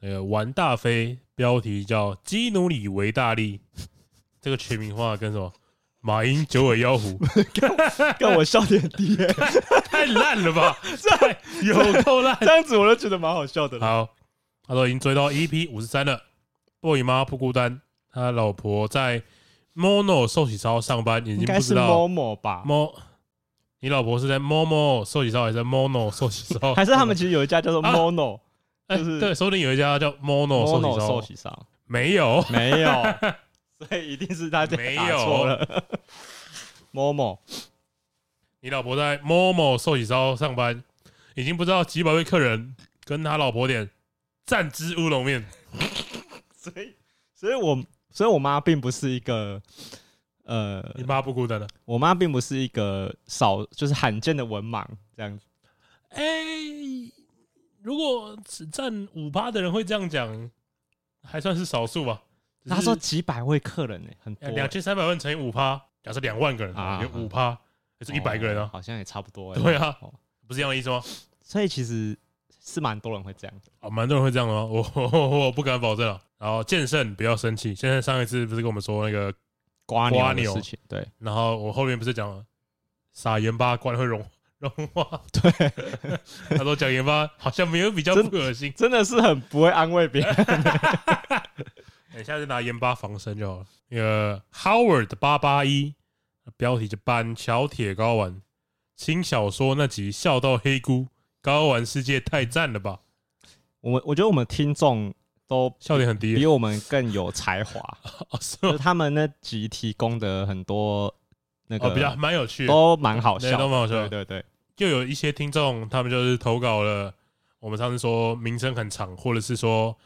那个玩大飞，标题叫基努里维大利，这个全名化跟什么马英九尾妖狐但我笑点 低、欸，太烂了 吧，太有够烂这。样子我就觉得蛮好笑的了。好，他都已经追到 EP 五十三了。boy 妈不孤单，他老婆在 Mono 寿喜烧上班，已应经该不知是道 Momo 吧， Mo，你老婆是在 Momo 寿喜烧还是在 Mono 寿喜烧？还是他们其实有一家叫做啊 Mono、哎就是对，说不定有一家叫 Mono 寿 Mono 喜寿烧，喜烧，没有，没有， 所以一定是他没打有错了。Momo 你老婆在 Momo 寿喜烧上班，已经不知道几百位客人跟他老婆点蘸汁乌龙面，所以，所以我，所以我妈并不是一个，呃，你妈不孤单了。我妈并不是一个少，就是罕见的文盲这样子。哎、如果只占五趴的人会这样讲，还算是少数吧。她说几百位客人呢、欸很多、两千三百万乘以五趴，假设两万个人啊有五趴，就是一百个人哦啊，好像也差不多、欸。对啊哦，不是这样的意思吗？所以其实是蛮多人会这样的。啊，蛮多人会这样的吗？我我我不敢保证啊。然后剑圣不要生气，剑圣上一次不是跟我们说那个，瓜牛的牛的事事情，对然后我后面不是讲了撒盐巴果然会融 融化，对，他说讲盐巴好像没有比较真不恶心，真的是很不会安慰别等人。一哎下就拿盐巴防身就好了。那个 Howard 八八一标题就板桥铁睾丸轻小说那集笑到黑姑，睾丸世界太赞了吧， 我们我觉得我们听众都笑点很低比我们更有才 华，哦，是就吗是？他们那集提供的很多那哦，比较个蛮有趣的，都蛮好对笑，都蛮好笑的对对对，就有一些听众他们就是投稿了，我们上次说名称很长，或者是说，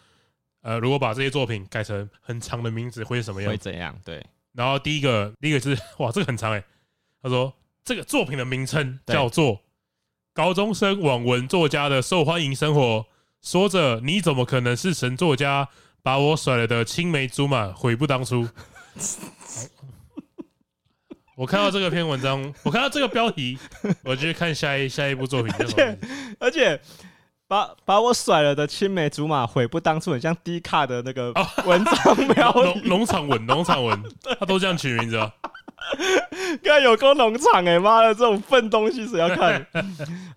呃，如果把这些作品改成很长的名字会是什么样会？怎样？对，然后第一个，第一个是哇，这个很长哎、他说这个作品的名称对叫做《高中生网文作家的受欢迎生活》，说着你怎么可能是神作家，把我甩了的青梅竹马悔不当初。 我看到这个篇文章，我看到这个标题，我就去看下一下一部作品叫什么名字。而且把把我甩了的青梅竹马悔不当初，很像低卡的那个哦文章 描农述，农场文，农场文，他都这样取名字啊。看有够农场哎、妈的，这种粪东西谁要 看？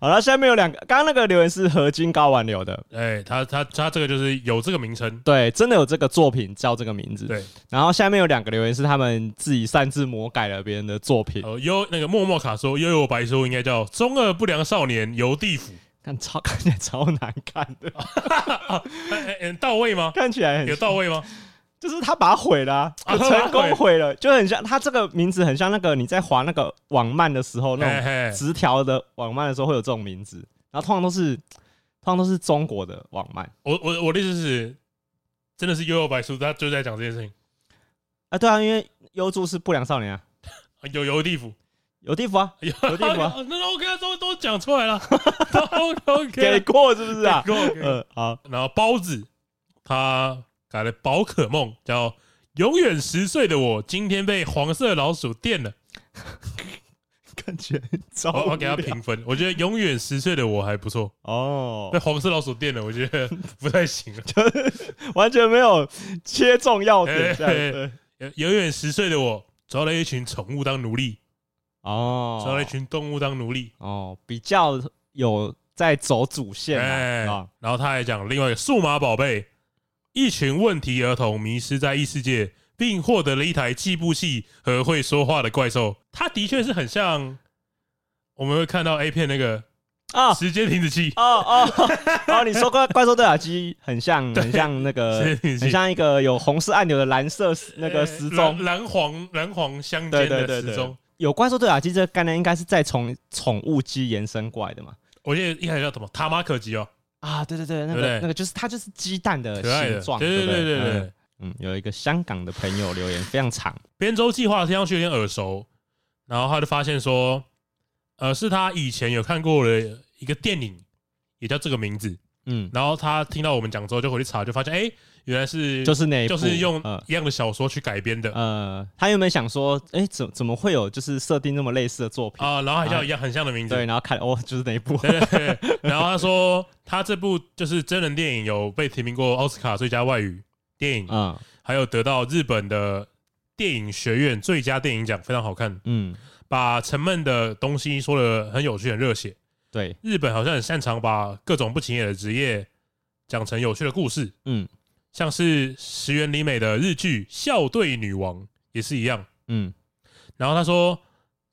好了，下面有两个，刚刚那个留言是合金高丸留的，哎，他他他这个就是有这个名称，对，真的有这个作品叫这个名字，对，然后下面有两个留言是他们自己擅自魔改了别人的作品，呃，悠那个默默卡说，悠悠白说应该叫中二不良少年游地府，看超 看起来超难看的，哎哎哎到位 吗？看起来很哦有到位吗？就是他把它毁了啊、 啊他把它成功毁了，就很像他这个名字很像那个你在划那个网漫的时候那嘿种嘿，直条的网漫的时候会有这种名字，然后通常都是通常都是中国的网漫我我我的意思是，真的是悠悠白书，他就在讲这件事情，啊，对啊，因为优助是不良少年啊，啊有游地府，有地府啊，有有地府啊那 OK 啊都都讲出 来了，都 OK 给了过是不是 啊？给过给过呃，好，然后包子他改了宝可梦叫永远十岁的我，今天被黄色老鼠电 了，感觉很糟我我哦给他无聊评分，我觉得永远十岁的我还不错，哦被，黄色老鼠电了，我觉得 不太行了。完全没有切中要点，这样哎对永永远十岁的我抓了一群宠物当奴隶，哦，抓了一群动物当奴隶。哦，比较有在走主线哎啊，啊，然后他还讲另外一个数码宝贝，一群问题儿童迷失在异世界，并获得了一台计步器和会说话的怪兽。他的确是很像我们会看到 A 片那个啊时间停止器，哦哦哦，你说怪怪兽对讲机很像，很像那时个间，停止很器。像一个有红色按钮的蓝色时那个呃时蓝钟。蓝黄蓝黄相对间对的对时对钟，，有怪兽对讲机这个概念，应该是再从宠物机延伸过来的嘛？我记得一开始叫什么塔马可吉哦，啊，对对对，对那不对个那个就是它就是鸡蛋的可爱的形，状，对不对对对嗯。嗯，有一个香港的朋友留言非常长，边州计划听上去有点耳熟，然后他就发现说，呃，是他以前有看过的一个电影，也叫这个名字。嗯，然后他听到我们讲之后，就回去查，就发现，哎、原来是就是那一部就是用呃一样的小说去改编的呃，他原本想说，哎，怎怎么会有就是设定那么类似的作品？啊，然后还叫一样很像的名字。对，然后看哦，就是那一部， 对对对，然后他说他这部就是真人电影有被提名过奥斯卡最佳外语电影，嗯还有得到日本的电影学院最佳电影奖，非常好看，嗯，把沉闷的东西说的很有趣、很热血。对，日本好像很擅长把各种不起眼的职业讲成有趣的故事，嗯像是石原里美的日剧《校队女王》也是一样。嗯然后他说，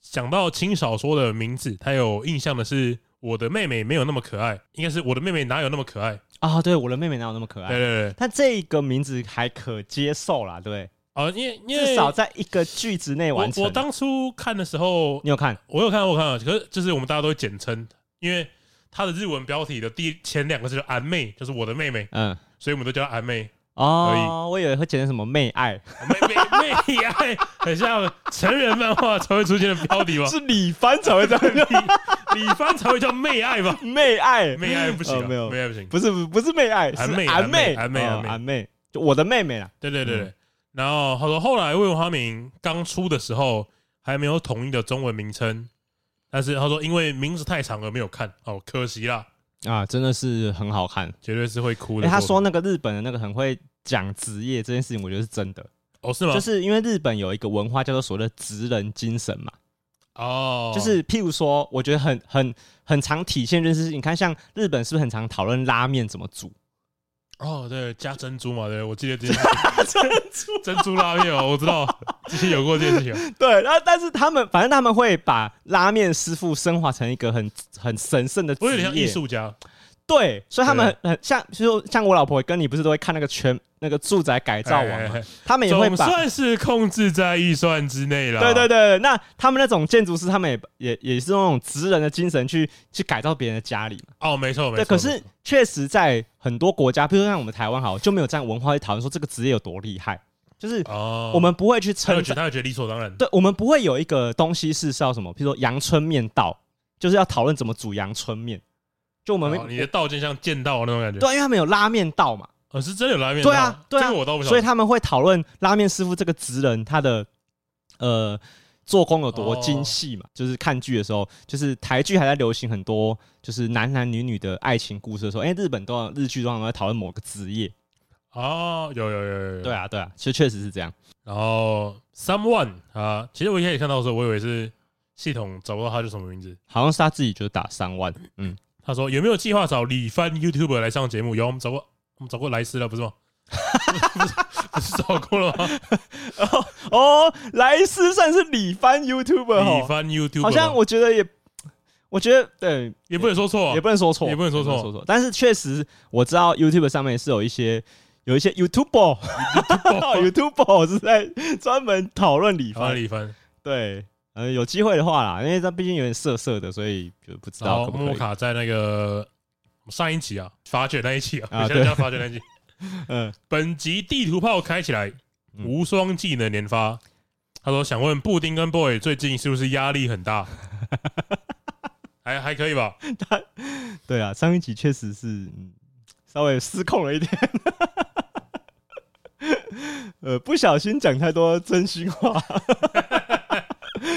想到轻小说的名字，他有印象的是我的妹妹没有那么可爱，应该是我的妹妹哪有那么可爱？啊，对我的妹妹哪有那么可对爱？对对，但这个名字还可接受啦，对哦，因为不因对，为至少在一个句子内我完成。我当初看的时候，你有看？我有看我有看到，可是就是我们大家都会简称，因为他的日文标题的第一前两个字就是安妹，就是我的妹妹，嗯，所以我们都叫她安妹。哦，我以为会剪成什么媚爱，妹妹妹爱，哎很像成人漫画才会出现的标题吧？是李帆才会这样 李李帆才会叫妹爱吧？媚爱，妹爱不行、啊呃没有妹爱不行。不是不是媚爱，是俺妹俺俺妹妹俺妹哦俺妹俺妹，就我的妹妹啦。对对对对。嗯然后他说，后来魏文花名刚出的时候还没有统一的中文名称，但是他说因为名字太长了没有看，哦，可惜啦，啊，真的是很好看。绝对是会哭的因为作品。哎他说那个日本的那个很会讲职业这件事情，我觉得是真的，哦是吗？就是因为日本有一个文化叫做所谓的职人精神嘛，哦，就是譬如说，我觉得很很很常体现这件事情。你看，像日本是不是很常讨论拉面怎么 煮？哦对，加珍珠嘛，对我记得 这件珍珠拉面哦，我知道之前有过这件事情哦。对，然后但是他们反正他们会把拉面师傅升华成一个很很神圣的职我有点像艺业，术 家，对，所以他们很很像，就像我老婆跟你不是都会看那个全那个住宅改造网哎哎嘛哎，他们也会总把。算是控制在预算之内了。对对对，那他们那种建筑师，他们也也也是用那种职人的精神去去改造别人的家里嘛。哦，没错没错。对，可没是错确实在很多国家，比如说像我们台湾好，就没有这样文化去讨论说这个职业有多厉害，就是哦，我们不会去他称会觉得赞，他会觉得理所当然。对，我们不会有一个东西是叫什么，比如说阳春面道，就是要讨论怎么煮阳春面，就我们哦你的道就像剑道那种感觉。对，因为他们有拉面道嘛，哦，是真的有拉面道。对啊对啊这个我倒不晓得。所以他们会讨论拉面师傅这个职人他的呃做工有多精细嘛。就是看剧的时候，就是台剧还在流行很多就是男男女女的爱情故事的时候，哎、日本都有日剧中他们在讨论某个职业。哦，有有有有有。对。啊，对啊，其实确实是这样。然后 someone 啊，其实我一开始看到的时候，我以为是系统找不到他叫什么名字。好像是他自己就打三万，嗯，他说有没有计划找李帆 YouTuber 来上节目？有，我们找过，我们找过莱斯了，不是 吗？不是不是找过了吗？哦，莱斯算是李帆 YouTuber 李哦，帆 YouTuber 好像吗我觉得也，我觉得对，也不能说错啊也，不能说错，也不能说错说错。但是确实，我知道 YouTube 上面是有一些有一些 YouTuber YouTuber 是在专门讨论理然后发。啊李帆，对，呃，有机会的话啦，因为他毕竟有点色色的，所以就不知然道后可莫不可以。卡在那个上一集啊，法卷那一期啊，啊我现在叫法卷那一 集。 嗯，本集地图炮开起来，嗯无双技能连发。他说想问布丁跟 boy 最近是不是压力很大？ 还还可以吧？对啊，上一集确实是、嗯、稍微失控了一点。 呃，不小心讲太多真心 话。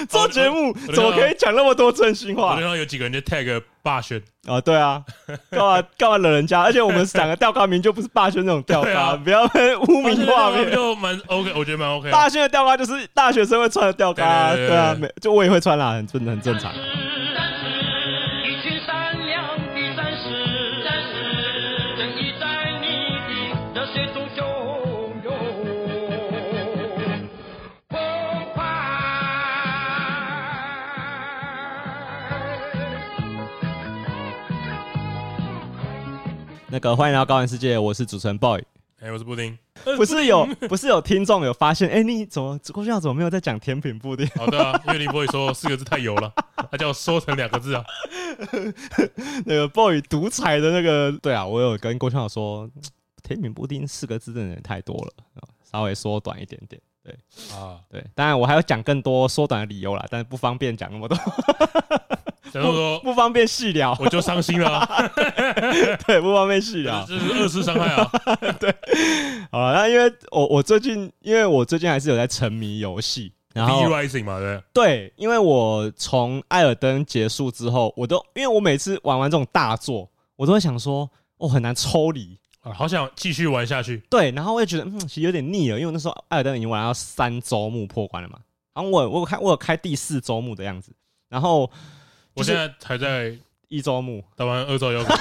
做节目我怎么可以讲那么多真心我话看？到有几个人就 tag 霸轩，啊，对啊，干嘛干嘛惹 人家？而且我们讲的吊咖名就不是霸轩那种吊对咖，啊不要被污名化霸轩那别个人。就蛮 OK，我觉得蛮 OK 啊的。大轩的吊咖就是大学生会穿的吊咖、啊，对对对对对啊，没就我也会穿啦，很正很正常。一群善良的战士，战士，正义在你的热血中汹涌澎湃。那个欢迎来到高玩世界，我是主持人 boy。哎，我是布丁。不 是有不是有听众有发现，哎、你怎么郭校怎么没有在讲甜品布丁？ 好的啊， 因为林 boy 说四个字太油了，他叫我缩成两个字啊。那个 boy 独裁的那个，对啊，我有跟郭校说，甜品布丁四个字真的人太多了，啊稍微缩短一点点。啊，对，当然我还要讲更多缩短的理由啦，但是不方便讲那么多。然后说 不方便 细聊，我就伤心了 啊，对，不方便细聊这。是二次伤害啊。好了，那因为我我最近，因为我最近还是有在沉迷游戏，然 B 后 rising 嘛，对不对，因为我从艾尔登结束之后，我都因为我每次玩完这种大作，我都会想说，我、很难抽离。对，啊好想继续玩下去。对，然后我也觉得，嗯，其实有点腻了，因为我那时候艾尔登已经玩到三周目破关了嘛，然后我我有开我有开第四周目的样子，然后我现在还在一周 目，打完二 周妖怪，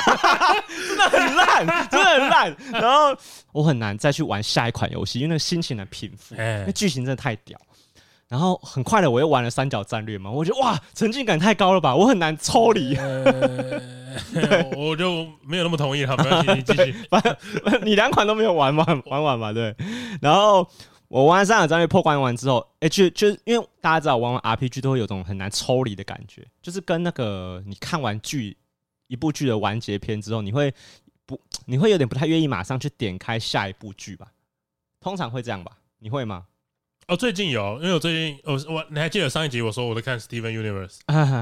真的很烂，真的很烂。然后我很难再去玩下一款游戏，因为那个心情很平复，哎因为剧情真的太屌。然后很快的，我又玩了三角战略嘛，我觉得哇，沉浸感太高了吧，我很难抽离。哎呃我就没有那么同意他，没关系，你继续。反正 你两款都没有玩嘛，玩完嘛，对。然后我玩完三角战略破关完之后，哎、就就是因为大家知道，玩完 RPG 都会有种很难抽离的感觉，就是跟那个你看完剧一部剧的完结篇之后，你会不你会有点不太愿意马上去点开下一部剧吧？通常会这样吧？你会吗？哦，最近有，因为我最近我我你还记得上一集我说我在看 Steven 嗯 Universe，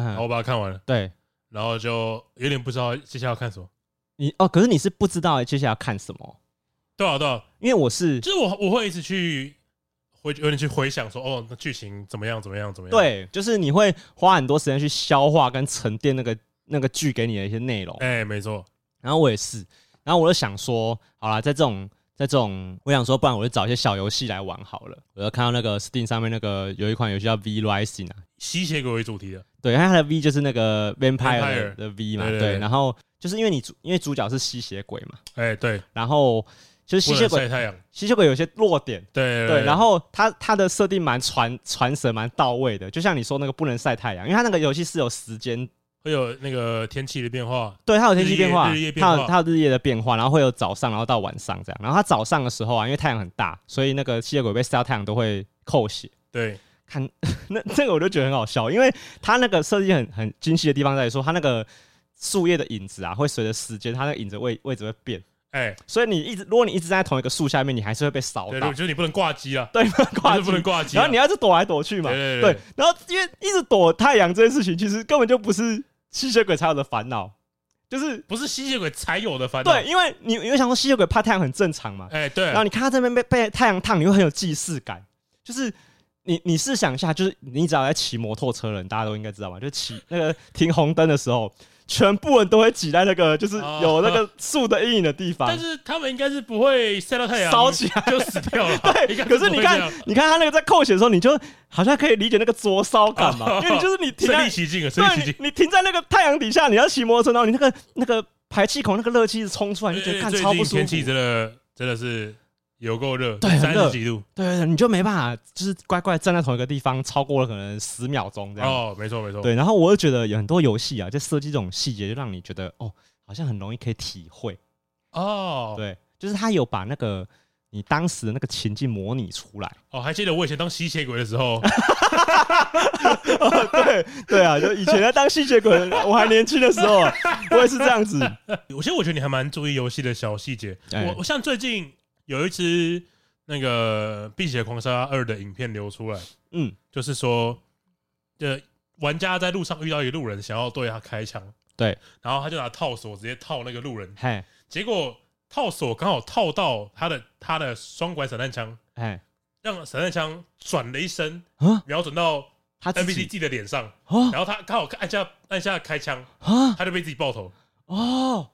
然后我把它看完了，对然后就有点不知道接下来要看什么。你哦，可是你是不知道接下来要看什么，对啊，对啊，因为我是就是我我会一直去回有点去回想说，哦，那剧情怎么样，怎么样，怎么样。，对，就是你会花很多时间去消化跟沉淀那个那个剧给你的一些内容。哎，没错，然后我也是，然后我就想说，好啦，在这种在这种，我想说，不然我就找一些小游戏来玩好了。我就看到那个 Steam 上面那个有一款游戏叫 V Rising 啊，吸血鬼为主题的，对，它的 V 就是那个 Vampire Vampire 的 V 嘛，对对对。对然后就是因为你主因为主角是吸血鬼嘛，哎，对，然后就是不吸血能鬼晒太阳，吸血鬼有些弱点，对对，然后它它的设定蛮传传神蛮到位的，就像你说那个不能晒太阳，因为它那个游戏是有时间会有那个天气的变化，对，它有天气日夜变化，日夜变它有化它有日夜的变化，然后会有早上，然后到晚上这样。然后它早上的时候啊，因为太阳很大，所以那个吸血鬼被晒到太阳都会扣血。对，看 那这个我就觉得很好笑，因为它那个设计很很精细的地方在于说，它那个树叶的影子啊，会随着时间，它那个影子位位置会变。哎，所以你一直，如果你一直在同一个树下面，你还是会被烧对，到就。是你不能挂机啊，对，挂就是不能挂机啊，然后你要一直躲来躲去嘛，对对对对。然后因为一直躲太阳这件事情，其实根本就不是吸血鬼才有的烦恼，就是不是吸血鬼才有的烦恼。对，，因为你你会想说吸血鬼怕太阳很正常嘛，哎，啊对然，后你看他这边被被太阳烫，你会很有既视感，就是。你你试想一下，就是你只要在骑摩托车的人，大家都应该知道吧？就骑那个停红灯的时候，全部人都会挤在那个就是啊有那 个树的阴影的地方。但是他们应该是不会晒到太阳烧起来就死掉了。应对，该可是不你会这看样，你看他那个在扣血的时候，你就好像可以理解那个灼烧感嘛，哦因为你就是 你停身在临其境啊，身临其对境你，你停在那个太阳底下，你要骑摩托车，然后你那个那个排气口那个热气一直冲出来，你就觉得哎看最超不近舒服。天气真的真的是有够热，对很三热十几度。对，你就没办法，就是乖乖站在同一个地方超过了可能十秒钟这样。哦，没错没错，对，然后我就觉得有很多游戏啊，在设计这种细节，就让你觉得哦，好像很容易可以体会。哦，对，就是他有把那个你当时的那个情境模拟出来。哦，还记得我以前当吸血鬼的时候， 对对啊，就以前在当吸血鬼，我还年轻的时候，啊我也是这样子。有些我觉得你还蛮注意游戏的小细节。哎我我像最近有一支那个《碧血狂杀二》的影片流出来，嗯，就是说，呃，玩家在路上遇到一个路人，想要对他开枪，对，然后他就拿套索直接套那个路人，嘿，结果套索刚好套到他的他的双管散弹枪，哎让散弹枪转了一身，啊，瞄准到他自 NPC 自己己的脸 上，啊然后他刚好按下按下开枪，啊他就被自己爆头。哦，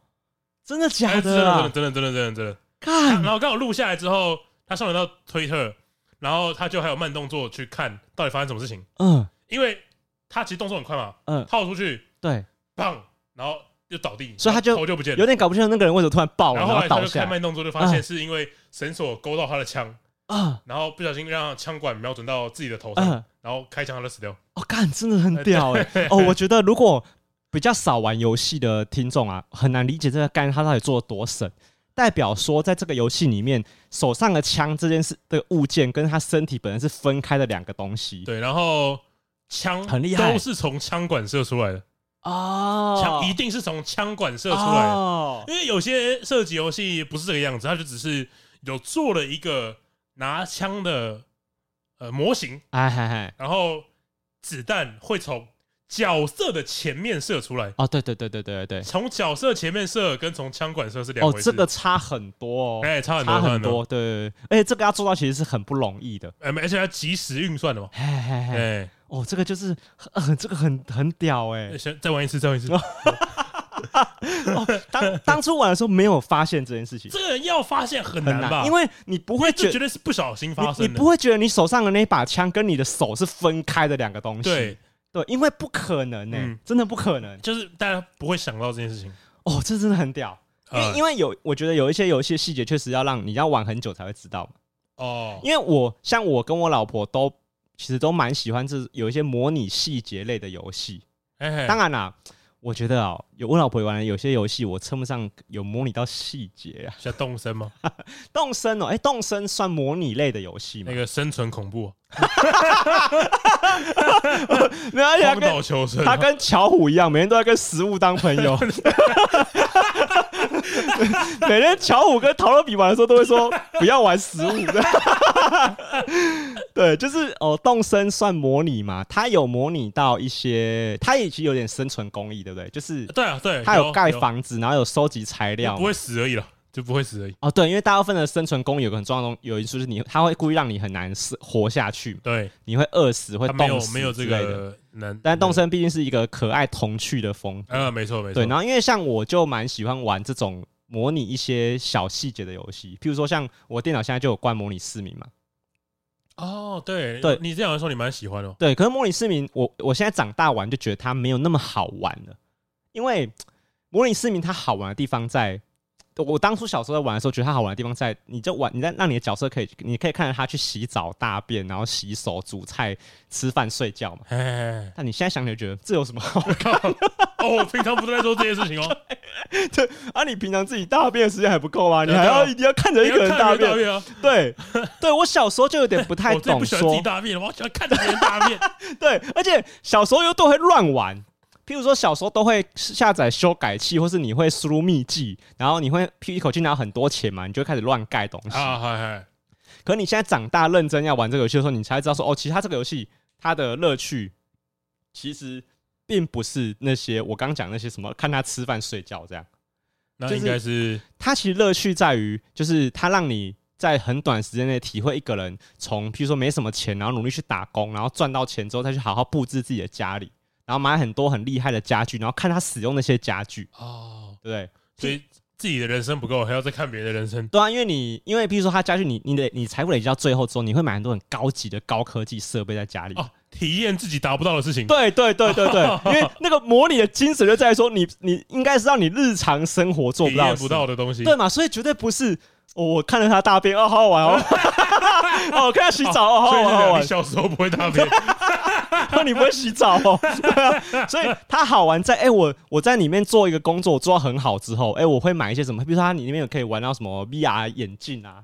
真的哎 假真的的啊？真的真的真的真的真的。 他看然后刚好录下来之后，他上传到推特，然后他就还有慢动作去看到底发生什么事情，嗯因为他其实动作很快嘛，嗯，套出去，对，砰，然后就倒地，所以他就然后头就不见有了。点搞不清楚那个人为什么突然爆了，然然后后来他倒就下看来嗯慢动作，就发现是因为绳索勾到他的枪，啊。然后不小心让枪管瞄准到自己的头上，嗯，然后开枪他就死掉。哦，干，真的很屌哎、哦，我觉得如果比较少玩游戏的听众啊，很难理解这个干他到底做的多神。代表说，在这个游戏里面，手上的枪这件事的物件跟他身体本身是分开的两个东西。对，然后枪很厉害都是从枪管射出来的，哦枪一定是从枪管射出来的。哦因为有些射击游戏不是这个样子，它就只是有做了一个拿枪的呃模型，哎哎嗨嗨，然后子弹会从角色的前面射出来，哦，对对对对对对对，从角色前面射跟从枪管射是两哦回，事。这个差很多哦，哎、差很多，差差很多，对对对，而且这个要做到其实是很不容易的，哎，而且要及时运算的嘛。嘿嘿嘿，哎、哦，这个就是呃，这个很很屌哎、哦先再玩一次，再玩一次。 当当初玩的时候没有发现这件事情，这个人要发现很很难吧？因为你不会这觉绝对是不小心发你你生的。不会觉得你手上的那把枪跟你的手是分开的两个东西，对，对因为不可能呢、嗯真的不可能就是大家不会想到这件事情。哦，这真的很屌。因为呃因为有，我觉得有一些游戏的细节确实要让你要玩很久才会知道嘛。哦，因为我像我跟我老婆都其实都蛮喜欢这有一些模拟细节类的游戏。哎， 当然啦，我觉得哦，有我老婆玩的有些游戏我称不上有模拟到细节啊。像动森吗？动森哦，哎，动森算模拟类的游戏吗那？个生存恐怖， 没有，而且它荒跟岛求生，啊他跟巧虎一样，每天都在跟食物当朋友。每天巧虎跟陶乐比玩的时候，都会说不要玩食物。 对，就是哦，动森算模拟嘛，它有模拟到一些，它也其实有点生存工艺，对不对？就是对啊，对，它有盖房，房子，然后有收集材料就不。会死而已了，就不会死而已。哦，对，因为大部分的生存工艺有个很重要的东有一处是你，它会故意让你很难死活下去，对，你会饿死，会他没有冻死没有这之类的个能，但动森毕竟是一个可爱童趣的风格，呃，没错没错对，，然后因为像我就蛮喜欢玩这种模拟一些小细节的游戏，譬如说像我电脑现在就有灌模拟市民嘛，哦，对对你这样说你蛮喜欢的哦，对，可是模拟市民我我现在长大玩就觉得它没有那么好玩了，因为模拟市民它好玩的地方在。我当初小时候在玩的时候，觉得它好玩的地方在，你就玩，你在让你的角色可以，你可以看着他去洗澡、大便，然后洗手、煮菜、吃饭、睡觉嘛。嘿嘿嘿但你现在想，你就觉得这有什么好 靠哦，我平常不是在做这些事情哦， 啊，你平常自己大便的时间还不够吗？你对啊还要对啊一定要看着一个人你要看大别便大，便啊，对，对我小时候就有点不太我最懂不喜欢自己说，大便了，我喜欢看着别人大 便，对，而且小时候又都会乱玩。譬如说，小时候都会下载修改器，或是你会输入秘籍，然后你会譬如一口气拿很多钱嘛，你就会开始乱盖东西。啊，嗨嗨，可你现在长大认真要玩这个游戏的时候，你才知道说，哦，其实它这个游戏它的乐趣其实并不是那些我刚讲那些什么看他吃饭睡觉这样。那就是应该是它其实乐趣在于，就是它让你在很短时间内体会一个人从，譬如说没什么钱，然后努力去打工，然后赚到钱之后再去好好布置自己的家里，然后买很多很厉害的家具，然后看他使用那些家具，哦，对不对？所以自己的人生不够，还要再看别人的人生，对啊，因为你因为譬如说他家具你，你的你财富累积到最后之后，你会买很多很高级的高科技设备在家里。哦，体验自己达不到的事情，对对对对对，因为那个模拟的精神就在于说你，你应该是让你日常生活做体不到验的事不到的东西，对嘛，所以绝对不是、哦、我看着他大便哦，好好玩哦， 哦，我看他洗澡哦，好好所以代玩，好好表玩你，小时候不会大 便，然后你不会洗澡哦， 对啊，所以它好玩在哎、我我在里面做一个工作，我做到很好之后，哎、我会买一些什么，比如说它里面有可以玩到什么 VR 眼镜啊，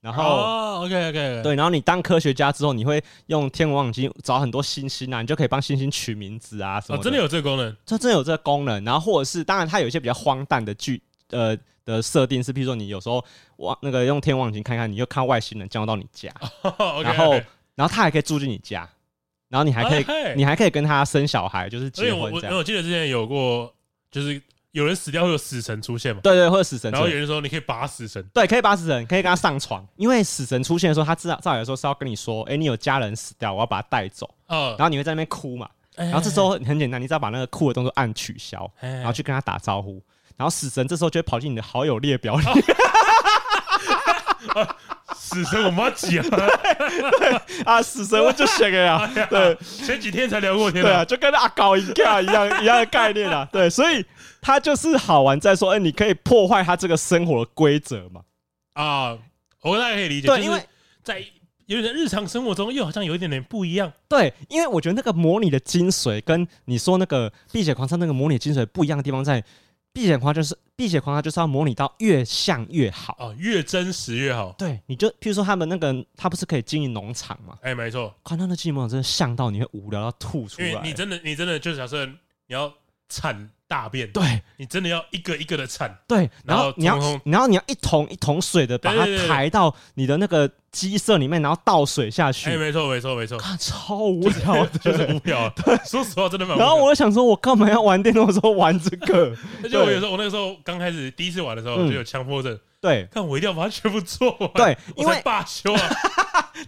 然后。哦，OK OK，，对，然后你当科学家之后，你会用天文望远镜找很多星星啊，你就可以帮星星取名字啊什么哦，的。真的有这个功能， 这真的有这个功能。然后或者是，当然它有一些比较荒诞的剧呃的设定是，譬如说你有时候望那个用天望远镜看看，你就看外星人降落到你家，啊然然后然后他还可以住进你家，然后你还可以、哎嘿你还可以跟他生小孩，就是所以结我婚我这样。我记得之前有过，就是有人死掉会有死神出现嘛，对对，或者死神然后出有现。人说你可以拔死神，对，可以把死神，可以跟他上床，因为死神出现的时候，他知道照理来说是要跟你说，哎、你有家人死掉，我要把他带走，哦，然后你会在那边哭嘛，然然后这时候很简单，你只要把那个酷的动作按取消，然然后去跟他打招呼，然后死神这时候就会跑进你的好友列表里，死神我妈几啊，啊，死神我就写给啊，对前几天才聊过天 对啊，的，就跟阿搞一架一样一样的概念啊，对，所以他就是好玩在说，哎、你可以破坏他这个生活的规则嘛，啊，我大概可以理解，对，就因为是在有点日常生活中又好像有一点点不一样，对，因为我觉得那个模拟的精髓跟你说那个《碧血狂杀》那个模拟精髓不一样的地方在，《碧血狂杀》就是《碧血狂杀》就是要模拟到越像越好，哦，越真实越好，对，你就譬如说他们那个他不是可以经营农场嘛，哎，没错，看他那经营农场真的像到你会无聊到吐出因为来你，真的你真的就假设你要铲。大便，对你真的要一个一个的铲，对，然然后后你要通通然后你要一桶一桶水的把它对对对对抬到你的那个鸡舍里面，然后倒水下去 哎，，没错没错没错，看超无聊的。就是 无聊。说实话，真的蛮无聊。 然后我就想说，我干嘛要玩电动的时候玩这个？ 而且我有时候，我那个时候刚开始第一次玩的时候，嗯就有强迫症， 对看我一定要把它全部做完，对，我因才为罢休啊。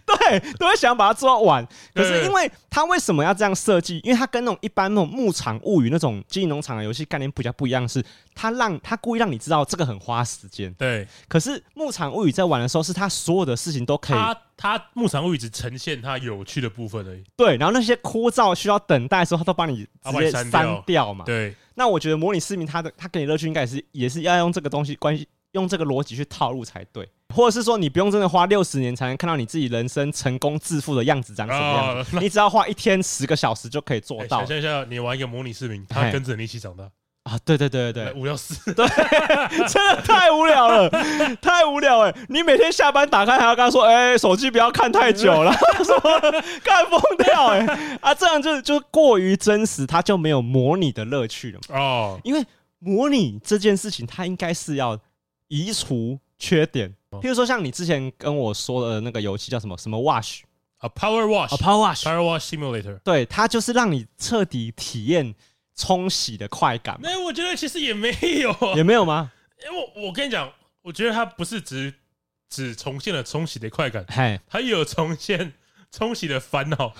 对，都会想把它做到完。可对是因为它为什么要这样设计？因为它跟那种一般那种牧场物语那种经营农场的游戏概念比较不一样是，它让它故意让你知道这个很花时间。 对，可是牧场物语在玩的时候，是它所有的事情都可以它它牧场物语只呈现它有趣的部分而已。对，然后那些枯燥需要等待的时候，它都帮你它直帮你接删掉删掉嘛。对，那我觉得模拟市民它的它给你乐趣应该也是也是要用这个东西关系用这个逻辑去套路才对，或者是说你不用真的花六十年才能看到你自己人生成功致富的样子长什么样哦 子，你只要花一天十个小时就可以做哎到想象一下，你玩一个模拟市民，他哎跟着你一起长大，啊！对对对对对，无聊死。 真的太无聊了，太无聊哎、你每天下班打开还要跟他说，哎、手机不要看太久了，什么 干疯掉哎、啊，这样就就过于真实，它就没有模拟的乐趣了嘛。哦，因为模拟这件事情，它应该是要移除缺点，哦譬如说像你之前跟我说的那个游戏叫什么什么 Wash 啊，Power 啊 Wash，Power ，Power Wash， Wash Simulator。对，它就是让你彻底体验冲洗的快感嘛，那我觉得其实也没有啊，也没有吗？因为我我跟你讲，我觉得它不是只只重现了冲洗的快感，嘿，它也有重现冲洗的烦恼。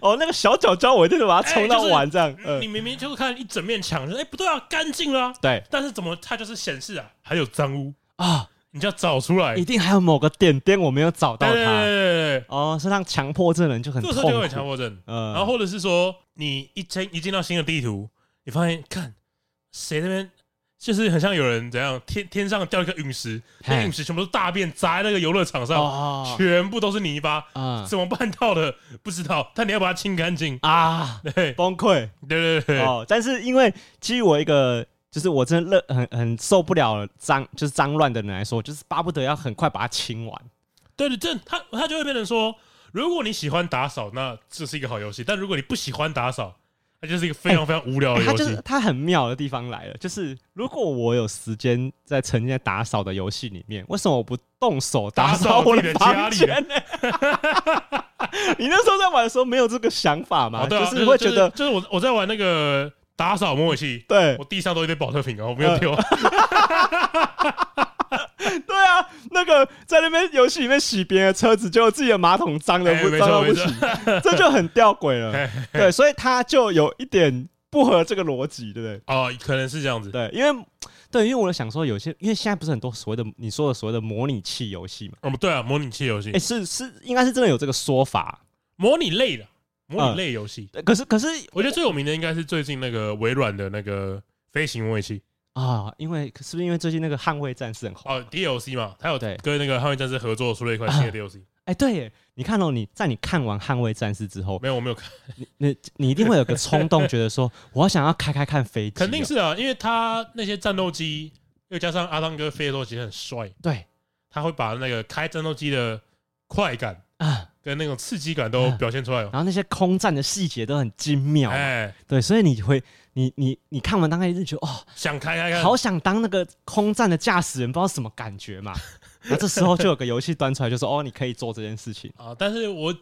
哦，那个小脚脚我一定得把它冲到哎就是完这样，嗯你明明就是看一整面墙，哎，不对啊，干净了啊，对但是怎么它就是显示啊，还有脏污，啊，你就要找出来一。定还有某个点点我没有找到对对对它。对对，哦，是让强迫症人就很这痛个时苦候就会有强迫症。呃，然后或者是说，你一进一进到新的地图，你发现看谁那边就是很像有人怎样天天上掉一颗陨石，那嘿陨石全部都是大便砸在那个游乐场上，哦全部都是泥巴， 啊怎么办到的？不知道，但你要把它清干净。啊，对崩溃对对对，哦！但是因为基于我一个。就是我真的热很很受不了脏，就是脏乱的人来说，我就是巴不得要很快把它清完。对对，这他他就会变成说，如果你喜欢打扫，那这是一个好游戏；但如果你不喜欢打扫，那就是一个非常非常无聊的欸它哦游就是戏。它很妙的地方来了，就是如果我有时间在沉浸在打扫的游戏里面，为什么我不动手打扫我房间呢？ 你那时候在玩的时候没有这个想法吗？哦对啊，就是会觉得、就是我我在玩那个打扫模拟器，对我地上都一堆保特瓶啊，我没有丢。对啊，那个在那边游戏里面洗别人的车子，结果自己的马桶脏的哎不没脏到错没不错行，这就很吊诡嘿了。对，所以它就有一点不合这个逻辑，对不对？哦，可能是这样子。对，因为对，因为我想说，有些因为现在不是很多所谓的你说的所谓的模拟器游戏嘛，哦，对啊，模拟器游戏哎、，是是，应该是真的有这个说法。模拟类的，模拟类游戏。呃可是可是我觉得最有名的应该是最近那个微软的那个飞行模拟器啊，因为是不是因为最近那个《捍卫战士》很红？哦，DLC 嘛，它有对跟那个《捍卫战士》合作出了一 款新的 DLC。哎、对耶，你看哦，你在你看完《捍卫战士》之后，没有，我没 有看，你你一定会有个冲动，觉得说我想要开开看飞机哦、肯定是啊，因为它那些战斗机，又加上阿汤哥飞的时候其实很帅，对他会把那个开战斗机的快感啊。跟那种刺激感嗯都表现出 来哦。然后那些空战的细节都很精妙嘛，哎，对，所以你会，你你你看完当然就觉得哦，想开开开，好想当那个空战的驾驶员，不知道什么感觉嘛。然后这时候就有个游戏端出来，就说哦，你可以做这件事情。啊！但是我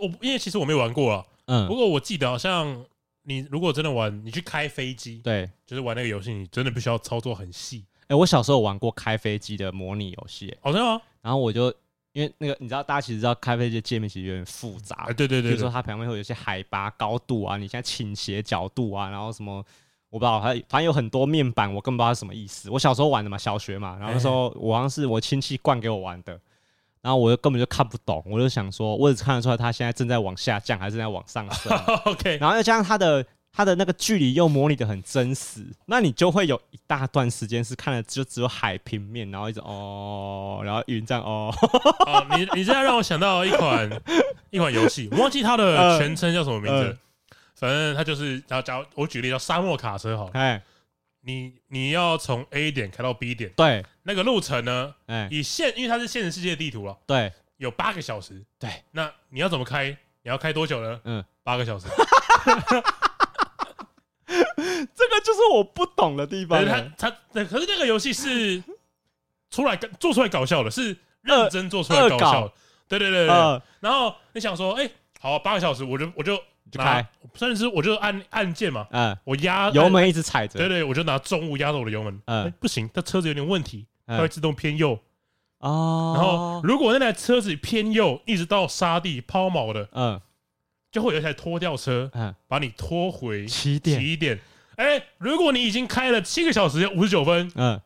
我因为其实我没有玩过啊，不嗯，过我记得好像你如果真的玩，你去开飞机，对。就是玩那个游戏，你真的必须要操作很细。哎、我小时候有玩过开飞机的模拟游戏，好像啊，然后我就因为那个你知道，大家其实知道开飞机的界面其实有点复杂啊，，对对比对如说对，它旁边会有一些海拔、高度啊，你现在倾斜角度啊，然后什么。我不知道，它反正有很多面板，我根本不知道是什么意思。我小时候玩的嘛，小学嘛，然后那时候哎我好像是我亲戚灌给我玩的，然后我就根本就看不懂，我就想说，我只看得出来它现在正在往下降还是正在往上升， OK，然后又加上它的它的那个距离又模拟的很真实，那你就会有一大段时间是看了就只有海平面，然后一直哦，然后云这样哦，啊，你你这样让我想到一 款一款游戏，我忘记它的全称叫什么名字嗯了，反正它就是，然后假如我举例叫沙漠卡车好了，哎，你你要从 A 点开到 B 点，对，那个路程呢，哎，以现因为它是现实世界地图啊，对，有八个小时，对，那你嗯要怎么开？你要开多久呢？嗯，八个小时，这个就是我不懂的地可方欸是他了。他可是那个游戏是出来搞做出来搞笑的，是认真做出来搞笑的。对对对对对。呃，然后你想说，哎，好，八个小时，我就我就就拿开，甚至是我就按按键嘛，嗯，我压油，门一直踩对着，对，我就拿重物压着我的油门。嗯哎，不行，这车子有点问题，它会嗯自动偏右。哦，然后如果那台车子偏右，一直到沙地抛锚的，嗯就会有一台拖吊车嗯，把你拖回起点，起点。哎，如果你已经开了七个小时五十九分， 嗯，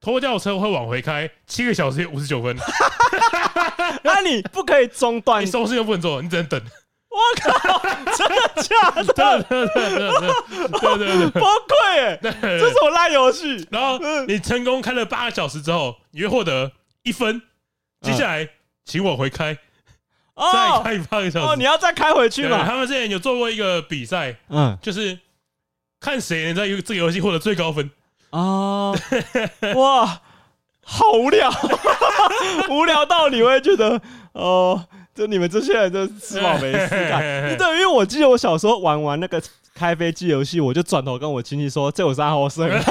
拖吊车会往回开七个小时五十九 分，哎那啊你不可以中断你。什么事情不能做，你只 能等。我靠，真的假的？ 对对对对对对崩溃哎！对对，这是我烂游戏。然后你成功开了八个小时之后，你会获得一分。接下来请往回开，再嗯哦开八个小哦，时你。要再开回去对嘛？他们之前有做过一个比赛，嗯就是看谁能在这个游戏获得最高分。哦，哇，好无聊， 无聊到你会觉得哦，就你们这些人真是吃饱没事干。对，因为我记得我小时候玩玩那个开飞机游戏，我就转头跟我亲戚说：“这有啥好胜啊？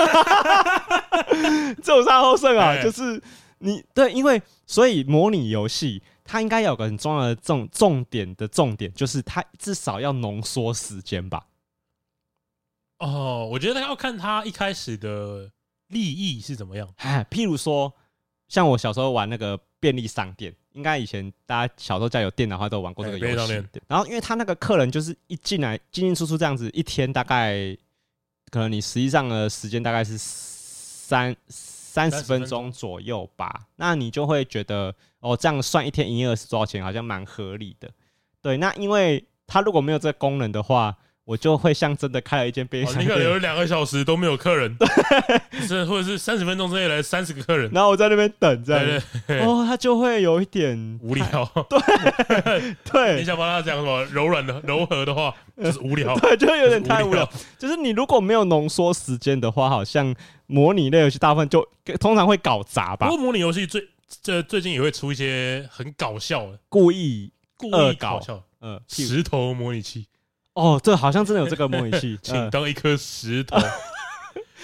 这有啥好胜啊？”哎就是你对，因为所以模拟游戏。它应该有个很重要的重重点的重点，就是它至少要浓缩时间吧。哦，我觉得要看他一开始的利益是怎么 样。哎，譬如说，像我小时候玩那个便利商店，应该以前大家小时候家有电脑的话都有玩过这个哎便利游商戏店。对然后，因为他那个客人就是一进来进进出出这样子，一天大概可能你实际上的时间大概是三三十30分分钟钟左右吧。那你就会觉得哦，这样算一天营业额是多少钱，好像蛮合理的。对，那因为他如果没有这个功能的话，我就会像真的开了一间便利哦，商你店可能有两个小时都没有客人，是或者是三十分钟之内来三十个客人，然后我在那边等这对样对子，哦，他就会有一点无聊。哎 对，你想帮他讲什么柔软的、柔和的话，就是无聊。对，就呃有点太无聊就。就是你如果没有浓缩时间的话，好像模拟类游戏大部分就通常会搞砸不吧过，模拟游戏最这最近也会出一些很搞笑的，故意故恶意搞搞笑的。呃，譬如石头模拟器，哦，这好像真的有这个模拟器， 请呃当一颗石 头。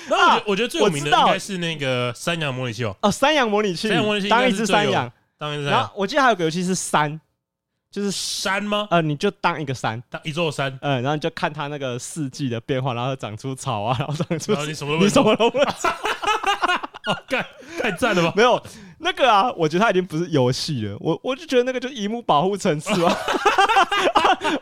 那我觉得我觉得最有名我知的道应该是那个山羊模拟器哦，哦，山羊模拟器山羊模拟器，应当该一是只最山有羊。当然是山然羊后我记得还有个游戏是山，就是山吗？呃，你就当一个山，当一座山，嗯，然后你就看它那个四季的变化，然后长出草啊，然后长出然后你什么都不你能什动，么都不能干太赞了吧？ 没有那个啊，我觉得它已经不是游戏了，我我就觉得那个就是荧幕保护层次 啊，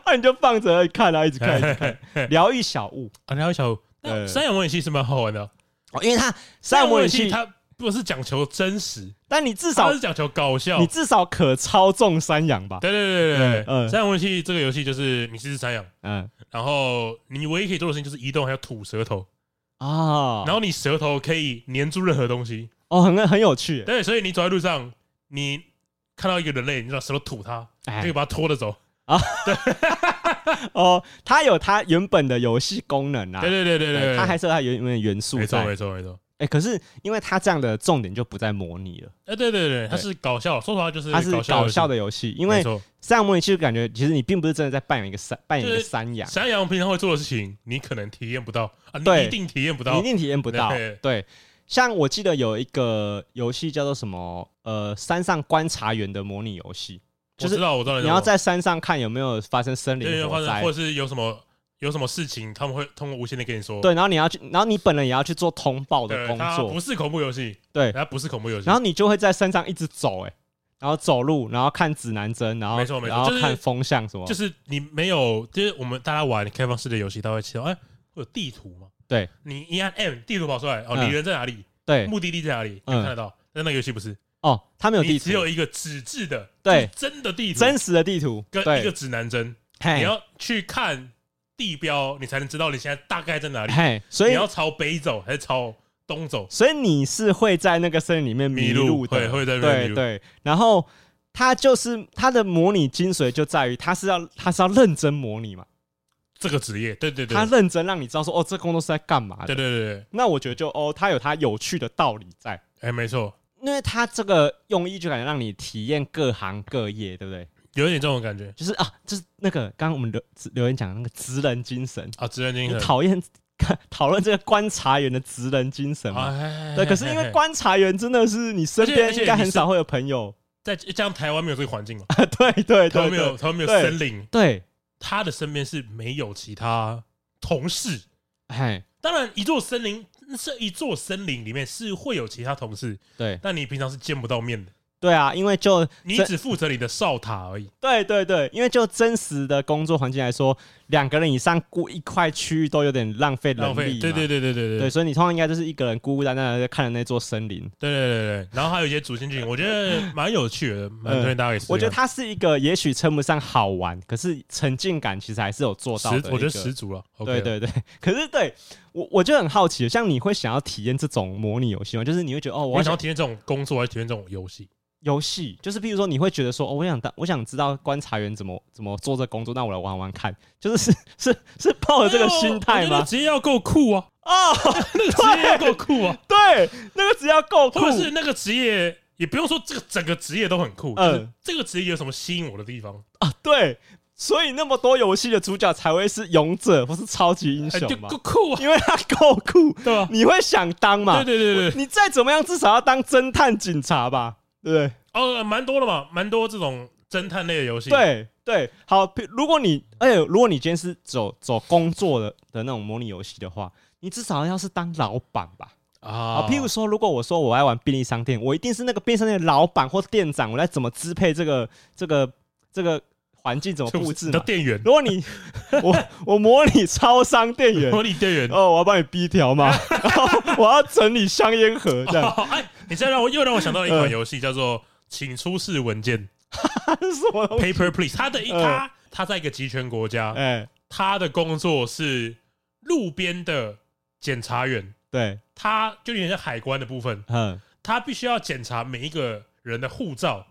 那、你就放着看啊，一直看，一直看，疗愈小物啊，然后小那对山羊模拟器是蛮好玩的哦，哦，因为它三模拟器，它不是讲求真实，但你至它少是讲求搞笑你。至少可操纵山羊吧，对对对对对，嗯山羊模拟器这个游戏就是你是只山羊，嗯然后你唯一可以做的事情就是移动，还有吐舌头，啊，然后你舌头可以粘住任何东西。哦，很很有趣，对，所以你走在路上，你看到一个人类，你就拿舌头吐他，就可以哎把他拖着走。哦，它有它原本的游戏功能啊对，对对对对，对它还是有它原本的元素没错在没，错没错。哎，可是因为它这样的重点就不在模拟了，哎，对对对，它是搞笑，说实话就是它是搞笑的的游戏，游戏，因没为错山羊模拟器就感觉其实你并不是真的在扮演一个山扮演一个就是山羊，山羊平常会做的事情，你可能体验不到啊，你对一定体验不你一到。定体验不到对。对，像我记得有一个游戏叫做什么呃山上观察员的模拟游戏，就我知是道，我知道，你要在山上看有没有发生森哎对林对，或火者灾或。者是有什么有什么事情，他们会通过无线电跟你说。对，然后你要去，然后你本人也要去做通报对，的工它作不，是恐怖游戏，对，它不是恐怖游戏。然后你就会在山上一直走，哎，然后走路，然后看指南针，然后没错没错然后就是看风向什么，就是你没有，就是我们大家玩开放式的游戏，他会知道，哎，会有地图嘛？对，你一按 M，地图跑出来，哦，嗯你人在哪里，对，目的地在哪里，你嗯看得到。但那个游戏不是，哦，他没有你地只图，有一个纸质的，对就是真的地图，真实的地图，跟对哎一个指南针，你嘿要去看地标，你才能知道你现在大概在哪里。嘿，哎所你以要朝北走还是朝东走？所以你是会在那个森林里面迷路的，会会在那边迷对路。对。然后它就是它的模拟精髓就在于它是要它是要认真模拟嘛，这个职业，对对对，它对认真让你知道说哦，这工作是在干嘛的对。对对，那我觉得就哦，它有它有趣的道理在，哎，没错，因为它这个用意就感觉让你体验各行各业，对不对？有一点这种感觉就是啊，就是那个刚刚我们留留言讲的那个职人精神，啊，职人精你神。讨厌 看讨论这个观察员的职人精神嘛。 哎对，可是因 为观察员真的是你身而边且应该很少会有朋 友，在这样台湾没有这个环境嘛，啊对 对台对湾没有对台湾没有对森林，对，他的身边是没有其他同事。哎，当然，一座森林，这一座森林里面是会有其他同事，对但你平常是见不到面的，对啊，因为就你真只负责你的哨塔而已。对对对，因为就真实的工作环境来说，两个人以上雇一块区域都有点浪费人浪力费，嘛，对对对对对对，对所以你通常应该就是一个人孤孤单单的看着那座森林。对对对。然后还有一些主线剧情，我觉得蛮有趣的，蛮推荐大家可以试试看。我觉得它是一个也许称不上好玩，可是沉浸感其实还是有做到的一十，个。我觉得十足了。OK 对了，对对，可是对我我就很好奇，像你会想要体验这种模拟游戏吗？就是你会觉得哦，我我想要想体验这种工作，还是体验这种游戏？游戏，就是譬如说你会觉得说哦，我想当我想知道观察员怎么怎么做这工作，那我来玩玩看，就是 是是是抱哦着这哎个心态我觉得吗？职业要够酷 啊，哦，那个职业要够酷啊，对，那个只要够酷或，者是那个职业。也不用说这个整个职业都很酷，就嗯是这个职业有什么吸引我的地方？对，所以那么多游戏的主角才会是勇者或是超级英哎就雄嘛够，酷啊，因为他够酷，对吧？你会想当嘛？对对对对对，你再怎么样，至少要当侦探警察吧，对不对？哦，蛮多的嘛，蛮多这种侦探类的游戏。，对对，好，譬如果你，哎，如果你今天是走走工作的的那种模拟游戏的话，你至少要是当老板吧。啊啊，譬如说，如果我说我要玩便利商店，我一定是那个便利商店的老板或店长，我来怎么支配这个这个这个环境，怎么就布置你的嘛？店员，如果你 我我模拟超商店 员，模拟店员。哦，我要帮你逼条嘛， 然后我要整理香烟盒这样， 哦 哎，你这样让我又让我想到了一款嗯游戏，叫做《请出示文件这是什么东西？ Paper Please》。他的一哦嗯他他在一个集权国家，哎，他的工作是路边的检察员，对，他就有点像海关的部分，嗯他必须要检查每一个人的护照，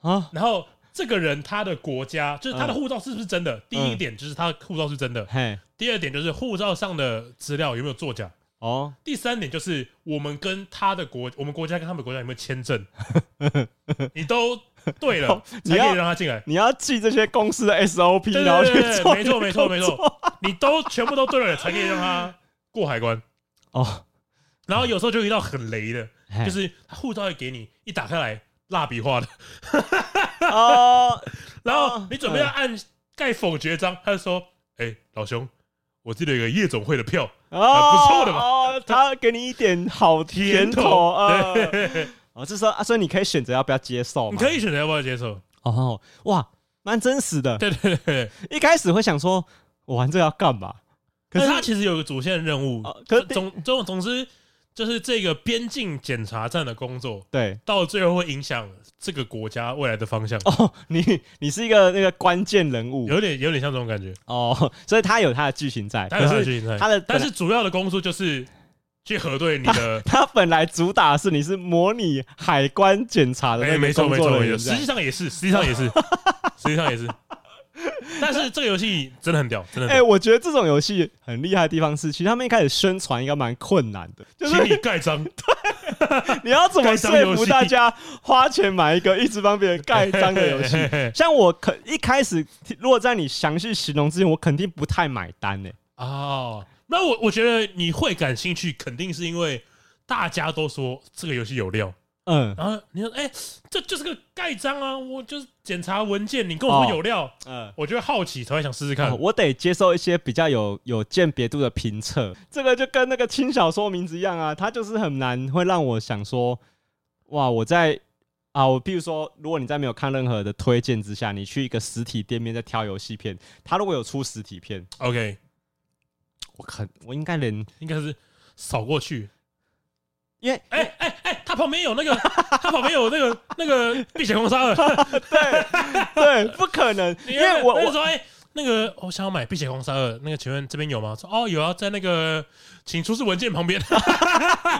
啊，然后。这个人他的国家嗯就是他的护照是不是真的？第一点就是他的护照是真的，嘿，第二点就是护照上的资料有没有作假，哦，第三点就是我们跟他的国，我们国家跟他们国家有没有签 证，你都对了，才可你以要让他进来。你要记这些公司的 SOP，对然后对对去对做，没错没错没错，，你都全部都对了，才可以让他过海关。哦，然后有时候就遇到很雷的，嘿就是他护照会给你一打开来蜡笔画的，哦，嗯然后你准备要按盖否决章，他就说：“哎，老兄，我记得有个夜总会的票，哦，不错的嘛哦，他给你一点好甜头啊，对 哦，这时候啊，所以你可以选择要不要接受你嘛，可以选择要不要接受。 哦，哇，蛮真实”的，对对对对，一开始会想说，我玩这个要干嘛？可可是是他其实有个主线任务哦，可是总总总之就是这个边境检查站的工作，对到最后会影响这个国家未来的方向，哦， 你你是一个那个关键人物有点有点像这种感觉。哦，所以他有他的剧情在，但是他可的是剧情在他的但是主要的工作就是去核对你的，他本来主打的是你是模拟海关检查的哎，那没个错工没作错人没错，员在实际上也是，实际上也是，实际上 也是。但是这个游戏真的很屌， 真的哎、很屌，我觉得这种游戏很厉害的地方是，其实他们一开始宣传应该蛮困难的，就是请你盖 章，你要怎么盖章说游服戏大家花钱买一个一直帮别人盖章的游戏嘿嘿嘿？像我肯一开始，如果在你详细形容之前，我肯定不太买单呢、 欸哦，那我我觉得你会感兴趣，肯定是因为大家都说这个游戏有料。嗯然后你说，哎、这就是个盖章啊，我就是检查文件，你跟我说有料，嗯、我就会好奇，才会想试试看。哦我得接受一些比较有有鉴别度的评测。这个就跟那个轻小说名字一样啊，它就是很难会让我想说，哇，我在。啊，我譬如说，如果你在没有看任何的推荐之下，你去一个实体店面在挑游戏片，它如果有出实体片， OK，我肯我应该连，应该是扫过去。因为哎哎哎，他旁边有那个，他旁边有那个那个避险攻杀二， 对，不可 能， 因为我那个我说，哎、那个我想要买《避险攻杀二》，那个请问这边有吗？说哦有啊，在那个请出示文件旁 边。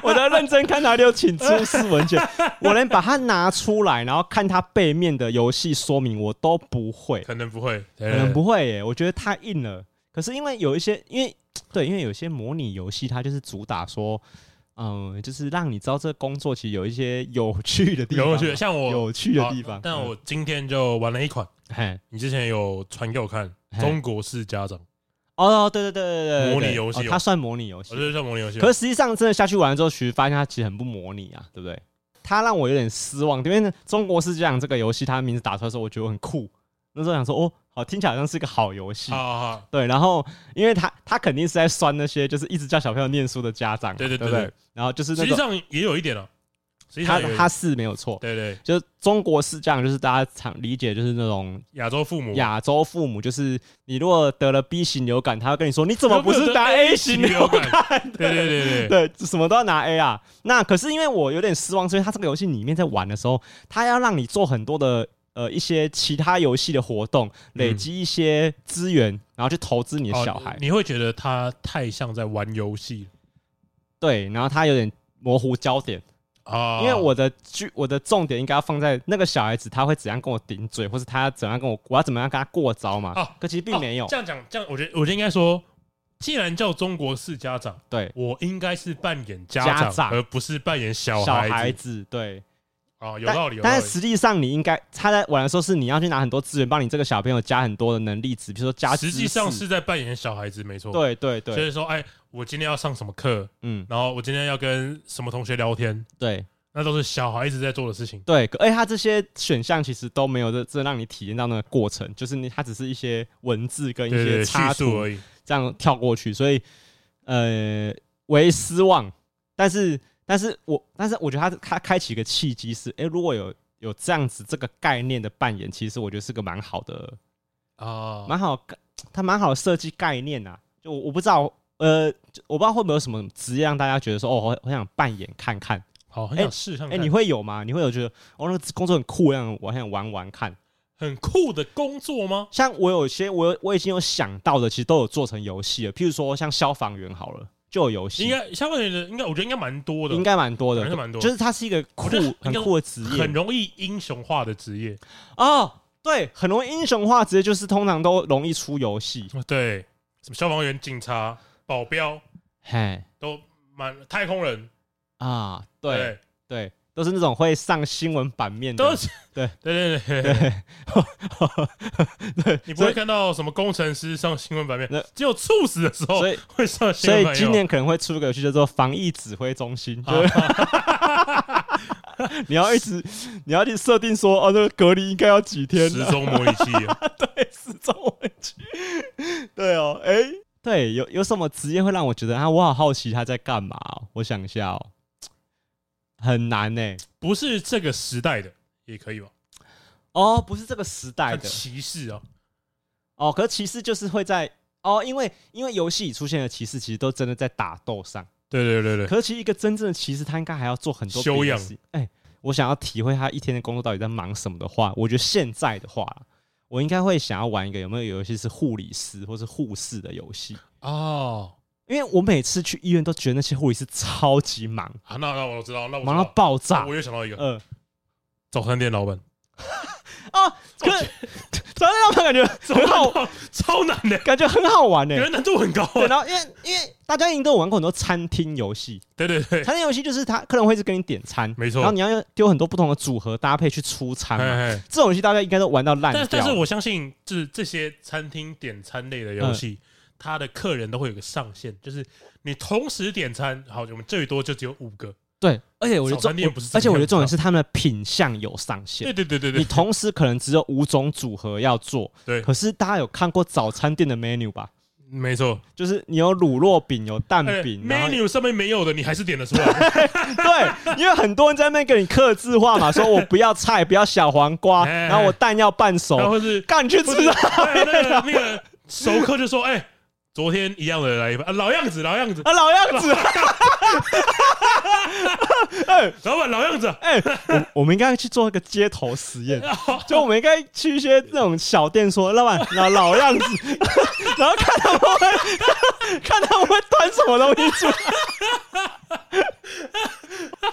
我在认真看他就请出示文 件，我连把它拿出来，然后看它背面的游戏说明，我都不会，可能不会，可可能不会耶，我觉得太硬了。可是因为有一些，因为对，因为有些模拟游戏它就是主打说，嗯，就是让你知道这个工作其实有一些有趣的地方嘛，有趣，像我有 趣的地方好。哦但嗯我今天就玩了一款，嘿你之前有传给我看嘿《中国式家长》。哦，对对对对对对，模拟对游戏哦哦它算模拟游戏我觉。得像模拟游戏吧。可是实际上真的下去玩之后，其实发现它其实很不模拟啊，对不对？它让我有点失望，因为呢中国式这样这个游戏，它名字打出来的时候，我觉得我很酷。那时候想说，哦，好，听起来好像是个好游戏好，好好，对，然后因为他他肯定是在酸那些就是一直叫小朋友念书的家长嘛，对对对对不对然后就是实那际种上也有一点了，哦实际他上也有一他点是没有错，对对就是中国是这样，就是大家常理解就是那种亚洲父母亚洲父母，就是你如果得了 B 型流感，他会跟你说你怎么不有没是有打得 A 型流流感？对对对对对，对，什么都要拿 A 啊。那可是因为我有点失望，所以他这个游戏里面在玩的时候，他要让你做很多的呃一些其他游戏的活动，累嗯积一些资源，然后去投 资你的哦小孩。你会觉得他太像在玩游戏对，然后他有点模糊焦点，啊，因为我的剧我的重点应该要放在那个小孩子他会怎样跟我顶嘴，或是他怎样跟我我要怎么样跟他过招嘛。哦可其实并没有哦。这样讲，这样我觉得我觉得应该说，既然叫中国式家长，对，我应该是扮演家家长长，而不是扮演小小孩孩子子对，啊，有但道理，有道但理是。实际上你应该他在玩的时候是你要去拿很多资源帮你这个小朋友加很多的能力值，比如说加实知际上识是在扮演小孩子，没错。，对对对，所以说，哎，我今天要上什么课，嗯然后我今天要跟什么同学聊天，对那都是小孩子在做的事情。对，可而哎且他这些选项其实都没有这这让你体验到那个过程，就是你它只是一些文字跟一对对些对，叙插述图而已。这样跳过去，所以呃为失望。但是，但是我，但是我觉得他他开启一个契机是，诶，如果有有这样子这个概念的扮演，其实我觉得是个蛮好的，啊，蛮好，他蛮好的设计概念啊。就我我不知道，呃，就我不知道会不会有什么职业让大家觉得说，哦，我我想扮演看看。好，很哎想试看诶，看。你会有吗？你会有觉得，哦，那个工作很酷，让我想玩玩看。很酷的工作吗？像我有些我有我已经有想到的，其实都有做成游戏了。譬如说像消防员好了，就有游戏。应该相关的，应该我觉得应该蛮多的，应该蛮多的，应该蛮多就是它是一个酷我觉得应很该酷的职业，很容易英雄化的职业。哦，对，很容易英雄化职业，就是通常都容易出游戏，哦对，什么消防员、警察、保镖嘿都蛮太空人，啊，对对，对，都是那种会上新闻版面的，都是对 对对对， 对，对，你不会所以看到什么工程师上新闻版面那，只有猝死的时候所以会上新所闻版以面。哦今年可能会出一个游戏叫做防疫指挥中心，啊就是你要一直你要去设定说哦，那个隔离应该要几天时呢？钟模拟器啊对，始终问题。 对哦，哎、对，有有什么职业会让我觉得啊，我好好奇他在干嘛哦、我想一下哦，很难呢、不是这个时代的也可以吧？哦，不是这个时代像的骑士啊，哦，可是骑士就是会在哦，因为因为游戏里出现的骑士其实都真的在打斗上，对对对对，可是其实一个真正的骑士他应该还要做很多别的修养事情。哎、我想要体会他一天的工作到底在忙什么的话，我觉得现在的话。我应该会想要玩一个有没有游戏是护理师或是护士的游戏，哦，因为我每次去医院都觉得那些护理师超级忙，啊，那那我知道，那我忙到爆炸炸，我。又想到一个呃，早餐店老板，哦，可是 真的让他感觉很 好，超难的，感觉很好玩呢、原来难度很高对，啊。然后因为因为大家一定都有玩过很多餐厅游戏，对对对，餐厅游戏就是他客人会一直跟你点餐，没错然后你要丢很多不同的组合搭配去出餐嘛。嘿嘿这种游戏大家应该都玩到烂掉但。但是我相信，就是这些餐厅点餐类的游嗯戏，它的客人都会有个上限，就是你同时点餐，好，我们最多就只有五个。对，而且我觉得早餐重店不是这个而且我觉得样子啊重点是他们的品相有上限对。对对对对，你同时可能只有五种组合要做，对可是大家有看过早餐店的 menu 吧？没错。就是你有乳酪饼，有蛋哎饼，然后，menu 上面没有的，你还是点得 出来。对，因为很多人在那边给你刻字化嘛，说我不要菜，不要小黄瓜，哎然后我蛋要半然熟，后是干你去不吃啊！哎那个那个熟客就说：“哎，昨天一样的来一份，啊，老样子，老样子，啊， 老样子，老板老样子啊。哎、我我们应该去做一个街头实 验，啊就我们应该去一些那种小店说，老板老老样子， 然后看他们会 看他们会端什么东西出来。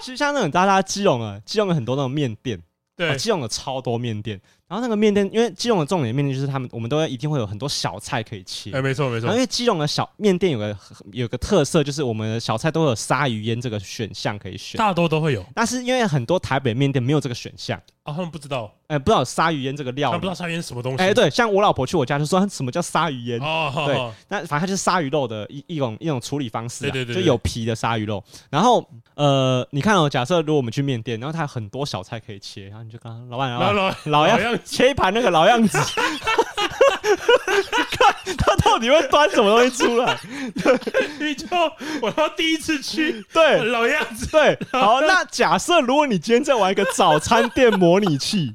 其实像那种大家基隆啊，基隆有很多那种面店，对哦，基隆有超多面店，然后那个面店，因为基隆的重点面店就是他们，我们都会一定会有很多小菜可以切。哎，没错没然错后，因为基隆的小面店有个有个特色，就是我们的小菜都会有鲨鱼烟这个选项可以选，大多都会有但是因为很多台北面店没有这个选项，啊，他们不知道，哎、不知道有鲨鱼烟这个他料啊们不知道。理鲨鱼是什么东西。哎、对，像我老婆去我家就说什么叫鲨鱼烟，哦，好对好那反正它就是鲨鱼肉的一一种一种处理方式、对啊，对对对就有皮的鲨鱼肉。然后呃，你看哦，假设如果我们去面店，然后它有很多小菜可以切，然后你就跟他老板老老板老老老样样子，切一盘那个老样子， 看他到底会端什么东西出来？你就我要第一次去对，老样子，对，好，那假设如果你今天在玩一个早餐店模 拟器，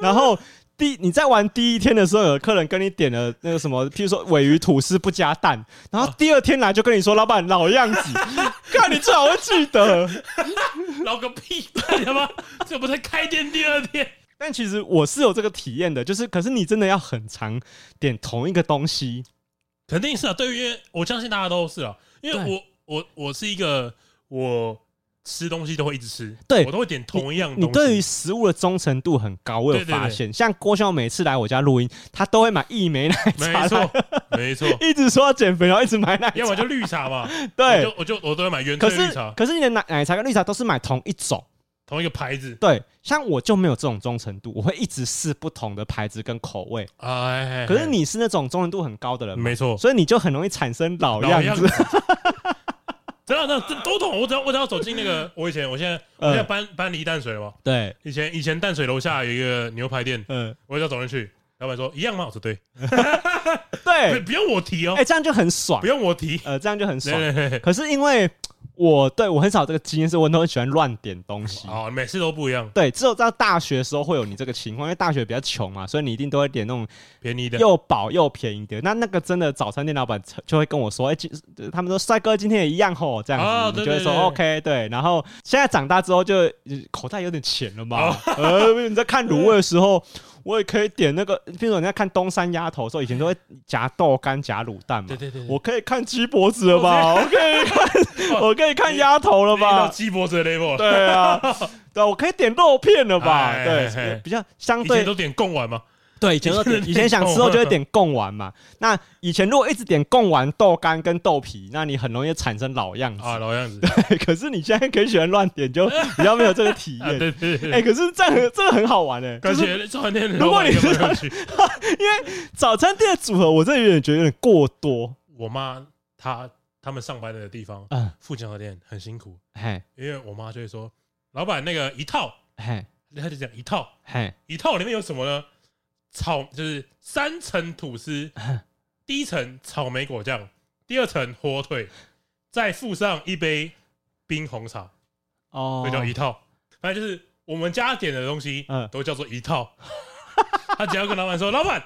然后第你在玩第一天的时候，有客人跟你点了那个什么，譬如说尾鱼吐司不加蛋，然后第二天来就跟你说，老板老 样子，看你最好会记得。老个屁，他妈这不才开店第二天，但其实我是有这个体验的，就是可是你真的要很常点同一个东西，肯定是啊。对于，因为我相信大家都是啊，因为对我我我是一个我吃东西都会一直吃，对我都会点同样东你西。对于食物的忠诚度很高，我有嗯对对对发现。像郭兄每次来我家录音，他都会买一枚奶茶没来，错没错，一直说要减肥，然后一直买奶 茶要，么就绿茶嘛，我对，就我就我都会买原可萃是绿茶，可是你的奶奶茶跟绿茶都是买同一种，同一个牌子对，像我就没有这种忠诚度，我会一直试不同的牌子跟口味。啊。哎哎哎哎可是你是那种忠诚度很高的人嘛，没错，所以你就很容易产生老老样样子子。真的真的这都懂。我只要我只要走进那 个，我以前我现在我嗯现在搬搬离淡水了嘛， 对，以前以前淡水楼下有一个牛排店，嗯，我只要走进去，老板说一样吗？我说对，对不，不用我提哦哎，，这样就很爽不，用我提。呃，这样就很爽。 对对对，可是因为我对我很少这个经验，是我都很喜欢乱点东西。哦，每次都不一样，对，只有到大学的时候会有你这个情况，因为大学比较穷嘛，所以你一定都会点那种便宜的。又饱又便宜的。那那个真的早餐店老板就会跟我说：“哎、今呃他们说帅哥今天也一样吼，这样子。哦对你就会对说对 OK 对。然后现在长大之后就呃口袋有点钱了嘛，啊 呃，你在看卤味的时候。我也可以点那个，比如说你在看东山鸭头的时候，以前都会夹豆干、夹卤蛋嘛。对对对对我可以看鸡脖子了 吧？我可以看，我可以看鸭头了到吧？鸡脖子的 level 了，对啊，对啊，我可以点肉片了吧？ 哎哎哎对，比较相以对前都点贡丸嘛，对，以前 都点，以前想吃肉就会点贡丸嘛。那以前如果一直点贡丸、豆干跟豆皮，那你很容易产生老样子。啊，老样子。 可是你现在可以喜欢乱点，就比较没有这个体 啊验。对对对哎、，可是这样很这个很好玩哎、感 就是觉早餐店的如果你老板是根本没有去，早餐店的组合，我真的有点觉得有点过多。我妈她他们上班的地方嗯，附近的店很辛苦，嘿，因为我妈就会说，老板那个一套，嘿，她就讲一套，嘿，一套里面有什么呢？草就是三层吐司，第一层草莓果酱，第二层火腿，再附上一杯冰红茶，哦这叫一套。反正就是我们家点的东西嗯，都叫做一套。他只要跟老板说，老板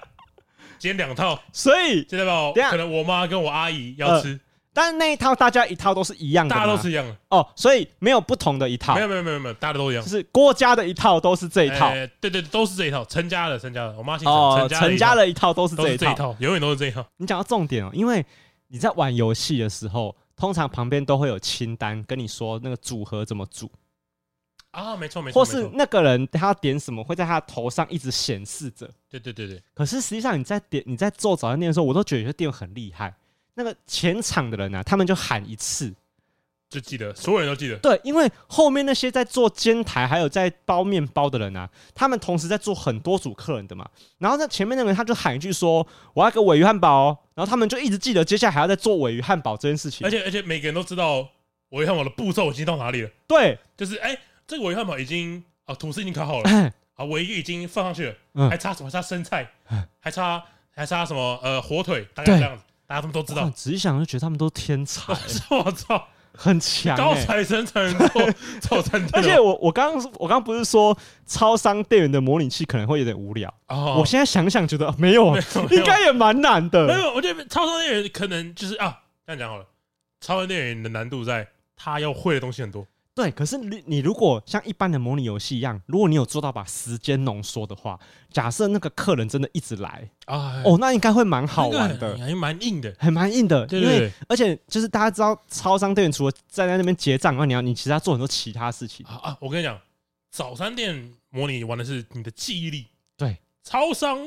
今天两套，所以，现在吧等一，下嗯可能我妈跟我阿姨要吃，但是那一套大家一套都是一样的大吗，家都是一样的，哦，所以没有不同的一套没，有没有没有没有，大家都一样就。是郭家的一套都是这一套，哎对对，都是这一套，陈家的陈家的，我妈姓哦，陈，陈陈家家的一套都是都这是一这一套。套，永远都是这一套。你讲到重点哦，因为你在玩游戏的时候，通常旁边都会有清单跟你说那个组合怎么组，啊，没错没错，或没是错，那个人他要点什么会在他的头上一直显示着。对对对对，可是实际上你在点你在做早餐店的时候，我都觉得有些店很厉害。那个前场的人啊，他们就喊一次，就记得，所有人都记得。对，因为后面那些在做煎台还有在包面包的人啊，他们同时在做很多组客人的嘛。然后在前面那个人他就喊一句说：“我要一个尾鱼汉堡、哦。”然后他们就一直记得接下来还要再做尾鱼汉堡这件事情而。且而且每个人都知道我汉堡的步骤已经到哪里了，对，就是哎、这个我汉堡已经啊，吐司已经烤好了哎啊，尾鱼已经放上去了，嗯哎还差什么？还差生菜，还差还差什么？呃，火腿，大概对这样子，大家他们都知哇道。仔细想就觉得他们都天才、我操，很强、高欸。材生才能做 早餐店而且哦。我我刚刚我刚刚不是说超商店员的模拟器可能会有点无聊，哦我现在想想觉得没有，没有应该也蛮难没的。有，我觉得超商店员可能就是啊，这样讲好了，超商店员的难度在他要会的东西很多，对，可是你你如果像一般的模拟游戏一样，如果你有做到把时间浓缩的话，假设那个客人真的一直来，啊，哦，那应该会蛮好玩那个的。还蛮硬的。还蛮硬的，对因对为对而且就是大家知道，超商店员除了站在那边结账，然后你要你其实要做很多哦其他事情。啊啊！我跟你讲，早餐店模拟玩的是你的记忆力，对，超商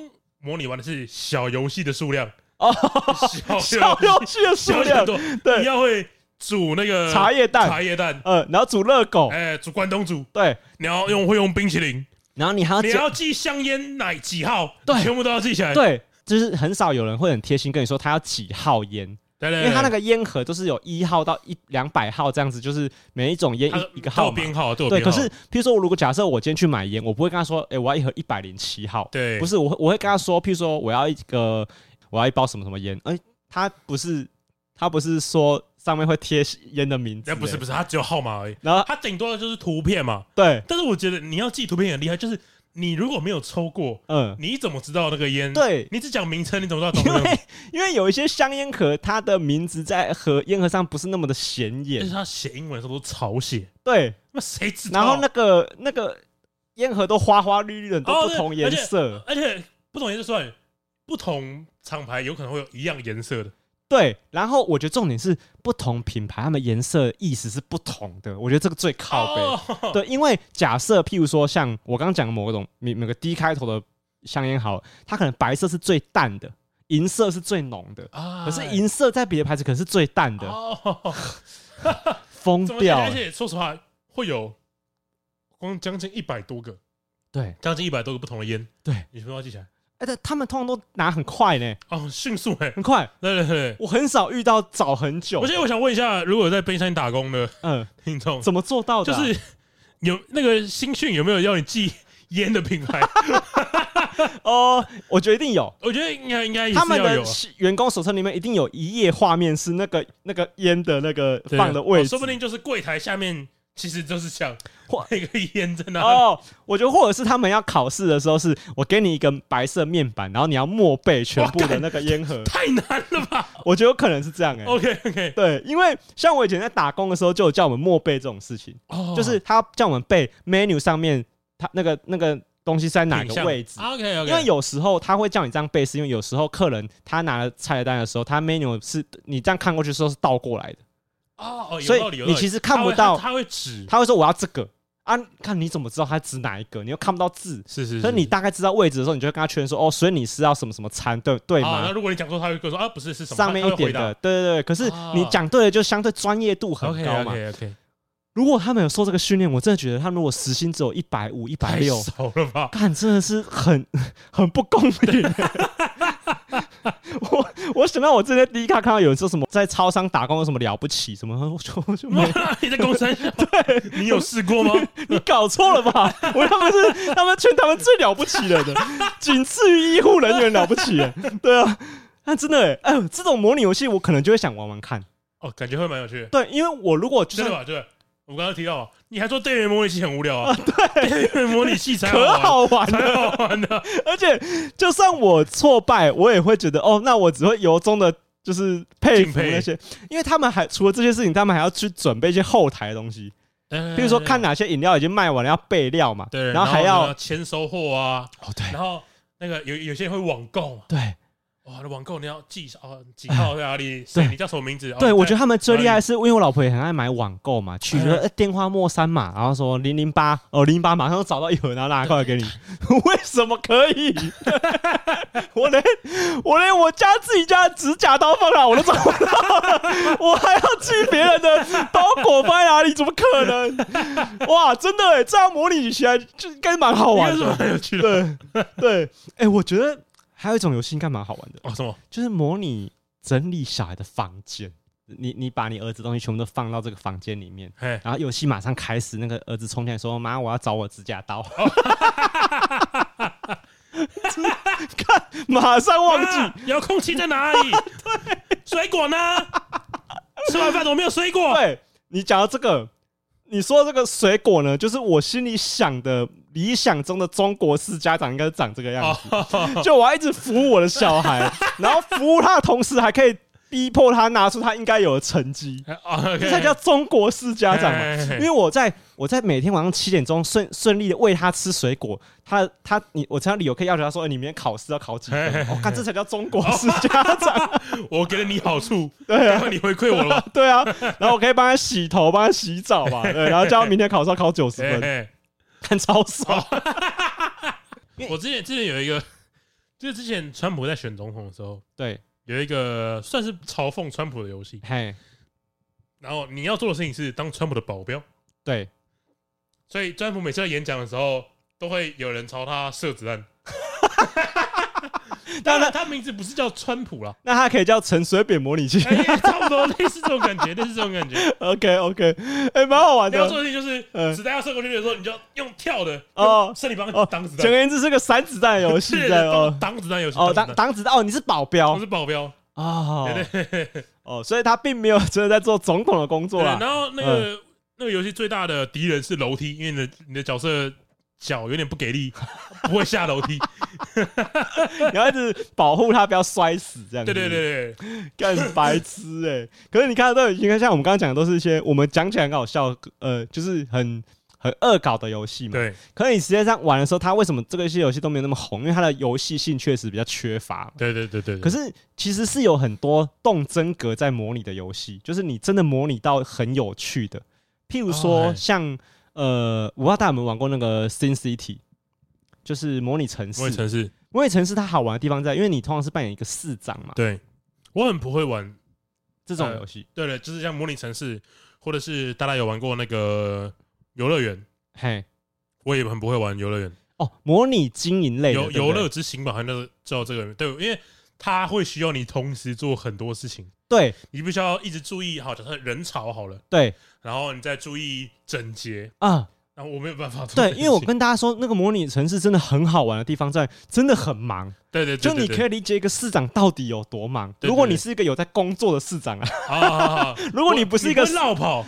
模拟玩的是小游戏的数量，哦，小 小游戏的数小量很，多，你对，要会煮那个茶叶蛋，茶叶蛋，呃，然后煮热狗，哎，煮关东煮，对，你要用会用冰淇淋，然后你还要你加要记香烟奶几号，啊对全部都要记起来。对，就是很少有人会很贴心跟你说他要几号烟，对对，因为他那个烟盒都是有一号到一两百号这样子，就是每一种烟它一一个都有号码。编号，都有对，编可号。是譬如说，如果假设我今天去买烟，我不会跟他说，哎、我要一盒一百零七号，对，不是，我会我会跟他说，譬如说我要一个，我要一包什么什么烟，哎、他不是他不是说上面会贴烟的名字、哎，不是哎不是，它只有号码而已，然后它顶多的就是图片嘛。对，但是我觉得你要记图片很厉害，就是你如果没有抽过，嗯，你怎么知道那个烟？，对，你只讲名称，你怎么知道因懂不懂？为因为有一些香烟盒，它的名字在盒烟盒上不是那么的显 就是眼，他写英文的时候都草写，对，那谁知道？然后那个那个烟盒都花花绿绿的，哦都不对同而颜且色。而且不同颜色算，不同厂牌有可能会有一样颜色的。对，然后我觉得重点是不同品牌，它们颜色意思是不同的。我觉得这个最靠背。哦，对，因为假设譬如说像我刚刚讲的某种某某个 D 开头的香烟好了，它可能白色是最淡的，银色是最浓的，啊可是银色在别的牌子可能是最淡的，哦，疯怎么掉讲？而欸。且说实话，会有光将近一百多个，对，将近一百多个不同的烟。对，你全部要记起来。而且他们通常都拿很快呢，哦，迅速 哎、很快。对对对。我很少遇到找很久而，且我想问一下，如果有在冰山打工的嗯，听众，怎么做到的就啊？是有那个新讯有没有要你记烟的品牌？哦，我觉得一定有。我觉得应该应该也是他们要有的啊，员工手册里面一定有一页画面是那个那个烟的那个对放的位哦置，说不定就是柜台下面其实就是像或那个烟在那里。哦，我觉得或者是他们要考试的时候，是我给你一个白色面板，然后你要默背全部的那个 烟盒，太难了吧我觉得有可能是这样哎、 ？OK OK， 对，因为像我以前在打工的时候，就有叫我们默背这种事情，哦就是他叫我们背 menu 上面它那个那个东西是在哪个位置， ？OK OK，因为有时候他会叫你这样背，是因为有时候客人他拿了菜单的时候，他 menu 是你这样看过去的时候是倒过来的，哦哦，有所以道理有道理你其实看不他到会他会指，他会说我要这个啊，看你怎么知道他指哪一个，你又看不到字，是是可是你大概知道位置的时候，你就会跟他确认说哦，所以你是要什么什么餐，对对啊，那吗？如果你讲错，他会跟我说啊，不是是什么上面一点的，对对对。可是啊你讲对了，就相对专业度很 OK 高嘛。 OK OK，如果他们有受这个训练，我真的觉得他们如果时薪只有一百五、一百太六，少了吧？干真的是很 很不公平。我我想到我之前第一看看到有人说什么在超商打工有什么了不起什么，我 就我就没有你在公 山小，你有试过吗？你搞错了吧？我他们是他们全台湾最了不起人的，仅次于医护人员了不起人。对啊，那真的欸哎、呦，这种模拟游戏我可能就会想玩玩看。哦，感觉会蛮有趣的，对，因为我如果就真的是吧？对，我刚刚提到嘛，你还说电源模拟器很无聊 啊？对，电源模拟器才好可玩，好玩了，才好玩的。而且就算我挫败，我也会觉得哦，那我只会由衷的。就是佩敬服佩那些，因为他们还除了这些事情，他们还要去准备一些后台的东西，比比如说看，哪些饮料已经卖完了，要备料嘛，对，然后还要呢签收货啊，哦，对然后那个有有些人会网购嘛。对哇，那网购你要记一下哦，几号在哪里？谁对你叫什么名字？对，我觉得得他们最厉害的是，因为我老婆也很爱买网购嘛，取哦哎了呃电话末三码，然后说零零八，哦零八马上就找到有人，然后拿过 来给你。为什么可以？我连我连我家自己家的指甲刀放哪我都找不到 了，我还要记别人的包裹放在哪里？怎么可能？哇，真的哎，这样模拟起来就应该蛮好应该玩是的。蛮有趣的。对对，哎，我觉得还有一种游戏应该蛮好玩的。哦，什么？就是模拟整理小孩的房间。你你把你儿子东西全部都放到这个房间里面，嘿，然后游戏马上开始。那个儿子冲进来说：“妈，我要找我指甲刀。看，马上忘记。啊遥控器在哪里？水果呢？吃完饭怎么没有水果？对你讲到这个，你说这个水果呢，就是我心里想的理想中的中国式家长应该是长这个样子。就我要一直服务我的小孩，然后服务他的同时，还可以逼迫他拿出他应该有的成绩。哦，这才叫中国式家长嘛。因嘛为我在我在每天晚上七点钟顺顺利的喂他吃水果，他他你我常理由可以要求他说，哎你明天考试要考几嘿嘿分？嘿我看这才叫中国式家长，我给了你好处，对然啊后你回馈我了吧？对 啊。然后我可以帮他洗头，帮他洗澡嘛，对，然后叫他明天考试要考九十嘿哦分，嘿看超爽。因为我之前之前有一个，就是之前川普在选总统的时候， 对，有一个算是嘲讽川普的游戏。嘿，然后你要做的事情是当川普的保镖，对，所以川普每次在演讲的时候，都会有人朝他射子 弹。当当然，然他名字不是叫川普啦，那它可以叫陈水扁模拟器。 哎差不多类似这种感觉，类似这种 感觉。 OK OK，哎、蛮好玩你哦要的做的事情就是嗯子弹要射过去的时候，你就要用跳的哦哦，身体帮哦挡子简弹而，言之，是个散子弹游 戏是在哦挡挡子弹游戏。哦，挡挡子弹挡子弹哦，你是保镖我是保镖，哦对对哦，所以他并没有真的在做总统的工作对。啊啦。然后那嗯个那个游戏最大的敌人是楼梯，因为你的你的角色脚有点不给力，不会下楼梯。 你要一直保护他不要摔死这样。对对，对对，干白痴哎、可是你看到都已经像我们刚刚讲的，都是一些我们讲起来很好笑，呃，就是很很恶搞的游戏嘛。对可是你实际上玩的时候，它为什么这个些游戏都没有那么红？因为它的游戏性确实比较缺乏嘛。对对对对。可是其实是有很多动真格在模拟的游戏，就是你真的模拟到很有趣的，譬如哦说嘿像、呃，我不知道大家有没有玩过那个 Sin City，就是模拟城市。模拟城市，模拟城市它好玩的地方在，因为你通常是扮演一个市长嘛，对我很不会玩。这种呃游戏，对了，就是像模拟城市，或者是大家有玩过那个游乐园，嘿。我也很不会玩游乐园。哦，模拟经营类的游对游不对乐之行吧，好像叫叫这个对，因为它会需要你同时做很多事情，对你必须要一直注意好，假设人潮好了，对然后你再注意整洁。 啊，然后我没有办法做对，这件事情，因为我跟大家说，那个模拟城市真的很好玩的地方在，真的很忙，对对对就对你对可以理解一个市长到底有多忙。对对如果对你是一个有在工作的市长啊，好好好好， 如果你不是一个我你会绕跑，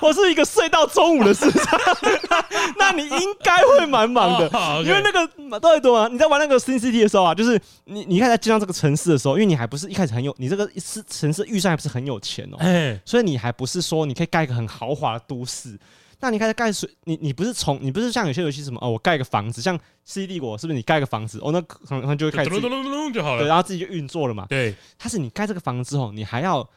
我是一个睡到中午的市长， 那你应该会蛮忙的。的因为那个到底多忙？你在玩那个 Sin City 的时候啊，就是你你一开始在进到这个城市的时候，因为你还不是一开始很有，你这个是城市预算还不是很有钱 哦，哎，所以你还不是说你可以盖一个很豪华的都市。那你开始盖水，你你不是从你不是像有些游戏什么哦，我盖个房子，像《世纪帝国》是不是你盖个房子哦，那可能可能就会开咚始咚自己咚咚咚就好对，啊了。然后自己就运作了嘛。对，它是你盖这个房子之后，你还要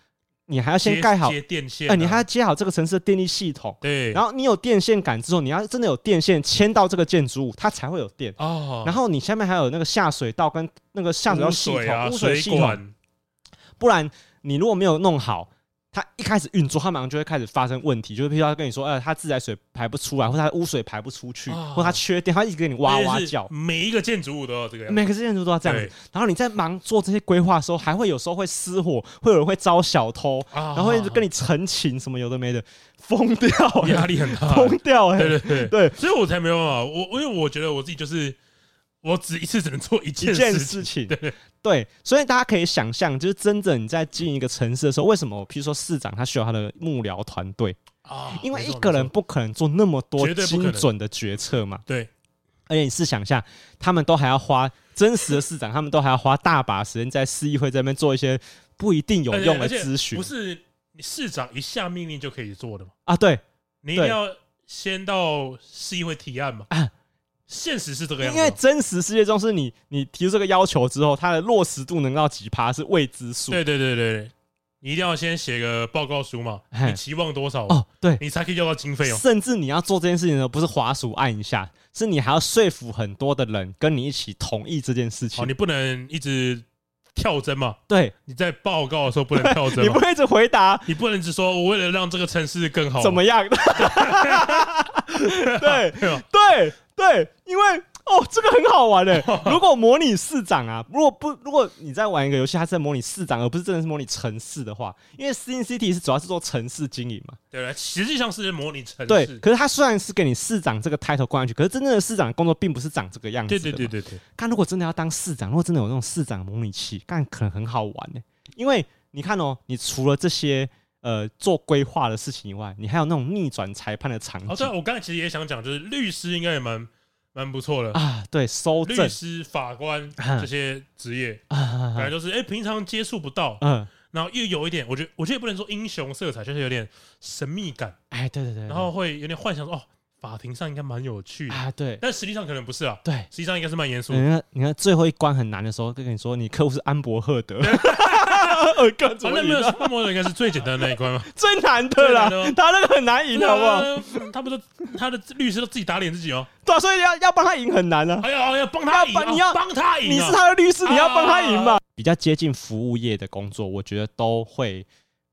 你还要接先盖好，接电线啊，哎，你还要接好这个城市的电力系统，对，然后后你有电线杆之后，你要真的有电线牵到这个建筑物，它才会有电。哦，然后你下面还有那个下水道跟那个下水道污系水统、啊，污水水系统，管，不然你如果没有弄好，它一开始运作，它马上就会开始发生问题，就是譬如它跟你说，呃，它自来水排不出来，或者它的污水排不出去，啊或它缺电，它一直给你哇哇就是叫。每一个建筑物都要这个样子。每个建筑都要这样子对，然后你在忙做这些规划的时候，还会有时候会失火，会有人会招小偷，啊然后一直跟你陈情什么有的没的，疯掉、压欸，力很大，疯掉哎、对对对对，所以我才没有办法。我我因为我觉得我自己就是，我只一次只能做一一件件事情。事情。对，所以大家可以想象，就是真正你在经营一个城市的时候，为什么譬如说市长他需要他的幕僚团队，啊因为没一错个人没错不可能做那么多绝对不可精能准的决策嘛。对而且你试想一下，他们都还要花真实的市长，他们都还要花大把时间在市议会这边做一些不一定有用的而且而且咨询不是你市长一下命令就可以做的嘛，啊。对，你一定对要先到市议会提案嘛啊。现实是这个样子因嘛，为真实世界中是你你提出这个要求之后，它的落实度能到几趴是未知数。对对对对对，你一定要先写个报告书嘛，嘿你期望多少，哦，对，你才可以要到经费哦。甚至你要做这件事情的时候，不是滑鼠按一下，是你还要说服很多的人跟你一起同意这件事好，情。你不能一直跳针嘛，对，你在报告的时候不能跳针 你嘛不，会一直回答你不能只说我为了让这个城市更好，怎么 样？对对吧？ 对对，因为哦，这个很好玩诶。 如果模拟市长啊，如果不如果你在玩一个游戏，它是在模拟市长，而不是真的是模拟城市的话，因为 Sin City 是主要是做城市经营嘛。对吧，实际上是模拟城对，市。可是它虽然是给你市长这个 title 冠上去，可是真正的市长的工作并不是长这个样子对的。对对对对，看，如果真的要当市长，如果真的有那种市长模拟器，干可能很好玩呢、因为你看哦，你除了这些呃做规划的事情以外，你还有那种逆转裁判的场哦，对景、啊，我刚才其实也想讲，就是律师应该也蛮蛮不错的，啊，对，搜证律师、法官啊这些职业，啊啊，反啊正就是哎，平常接触不到，嗯，然后又有一点，我觉得我觉得也不能说英雄色彩，就是有点神秘感，哎，对对对，对然后会有点幻想说哦，法庭上应该蛮有趣的，啊，对但实际上可能不是啊，对。实际上应该是蛮严肃你的。 看，你看最后一关很难的时候，跟你说你客户是安博赫德，二个怎反么正赢没有啊？ super model 应该是最简单的那一关 嘛。最难的啦最难的哦吗，他那个很难赢，好不好？好？他不是他的律师都自己打脸自己 哦。对啊，所以要要帮他赢很难啊。哎呀，哎呀，帮他赢要啊，帮你要帮他赢啊，你是他的律师，啊你要帮他赢嘛。比较接近服务业的工作，我觉得都会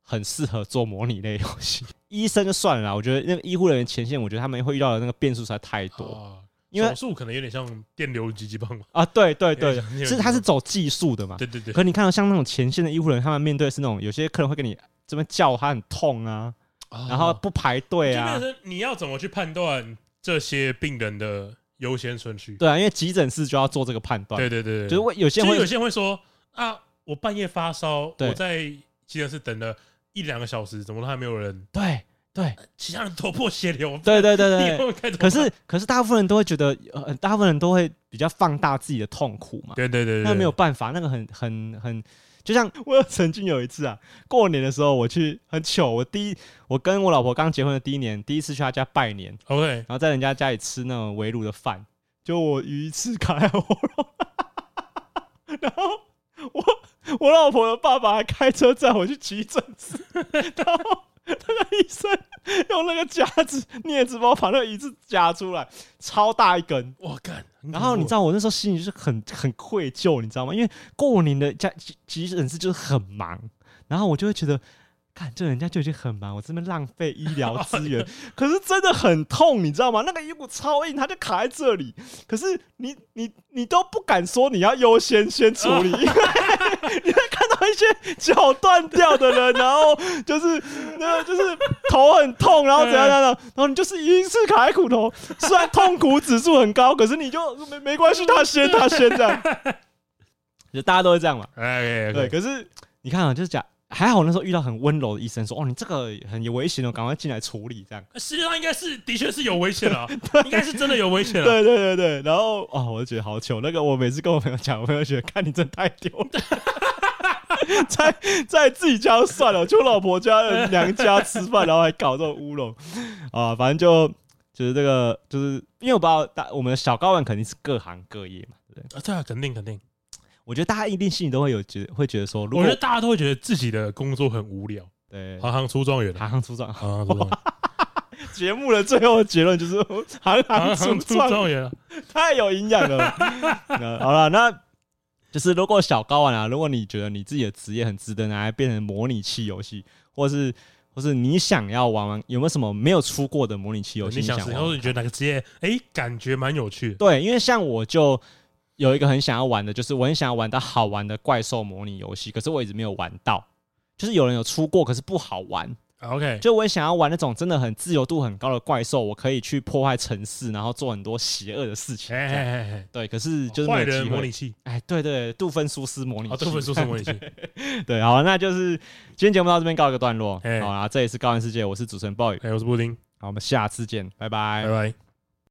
很适合做模拟类游戏。 医生就算了啦，我觉得那个医护人员前线，我觉得他们会遇到的那个变数实在太多。哦因为手术可能有点像电流狙击棒嘛。啊，对对对有 点，是他是走技术的嘛。对对对，可你看到像那种前线的医护人员，他们面对的是那种有些客人会跟你这边叫他很痛啊， 然后不排队对啊哦就变，成你要怎么去判断这些病人的优先顺序？对啊，因为急诊室就要做这个判断对，对对，对就是会有些其人实有会些人会说啊，我半夜发烧，对我在急诊室等了一两个小时，怎么都还没有人？对对其他人头破血流，对对对对你，会开怎么办可是可是大部分人都会觉得，呃，大部分人都会比较放大自己的痛苦嘛，对对对，对那没有，办法，那个很很很，就像 我曾经有一次啊，过年的时候我去很糗，我第一我跟我老婆刚结婚的第一年，第一次去她家拜年，哦对 OK，然后在人家家里吃那种围炉的饭，就我鱼刺卡在喉咙，然后我我老婆的爸爸还开车载我去急诊室，然后那个医生用那个夹子镊子帮我把那个鱼刺夹出来，超大一根。我干，然后你知道道我那时候心里就是很很愧疚，你知道吗？因为过年的家急急诊室就是很忙，然后我就会觉得，看这人家就已经很忙，我这边浪费医疗资源，可是真的很痛，你知道吗？那个衣服超硬，它就卡在这里，可是你你你都不敢说你要优先先处 理，因为你会看到一些脚断掉的人，然后就是那个就是头很痛，然后怎样怎样，然后你就是一次卡在骨头，虽然痛苦指数很高，可是你就没没关系，他先他先这样，就大家都会这样嘛。 ，OK 对，哎 OK，可是你看啊，就是讲还好那时候遇到很温柔的医生说，哦，你这个很有危险哦，赶快进来处理这样。哎实际上应该是的确是有危险 了，应该是真的有危险了。啊对对对对，然后哦，我就觉得好糗。那个我每次跟我朋友讲，我朋友觉得看你真的太丢脸。 在在自己家就算了，去我老婆家、呃娘家吃饭，然后还搞这种乌龙啊！反正就就是这个，就是因为我把大我们的小高玩肯定是各行各业嘛，对不对？啊，对啊，肯定肯定。我觉得大家一定心里都会有觉得会觉得说，如我果觉得大家都会觉得自己的工作很无聊，对行行出状元啊，行行出状，行行出状元，节目的最后的结论就是行啊行行行出出状状元啊，太有营养了。 那好了，那就是如果小高玩啊，如果你觉得你自己的职业很值得拿来变成模拟器游戏，或是或是你想要玩玩，有没有什么没有出过的模拟器游戏？你想想死，玩然后玩你觉得哪个职业，哎，感觉蛮有趣的，对，因为像我就有一个很想要玩的，就是我很想要玩到好玩的怪兽模拟游戏，可是我一直没有玩到。就是有人有出过，可是不好玩。啊 OK，就我也想要玩那种真的很自由度很高的怪兽，我可以去破坏城市，然后做很多邪恶的事情。哎哎哎对，可是就哎，坏是没有机人会模拟器，哎，对对，杜芬苏斯模拟器，哦，这本书是模拟器，对，好，那就是今天节目到这边告一个段落。哎好啦，这里是高玩世界，我是主持人鲍宇，哎，我是布丁，好，我们下次见，拜拜拜。拜。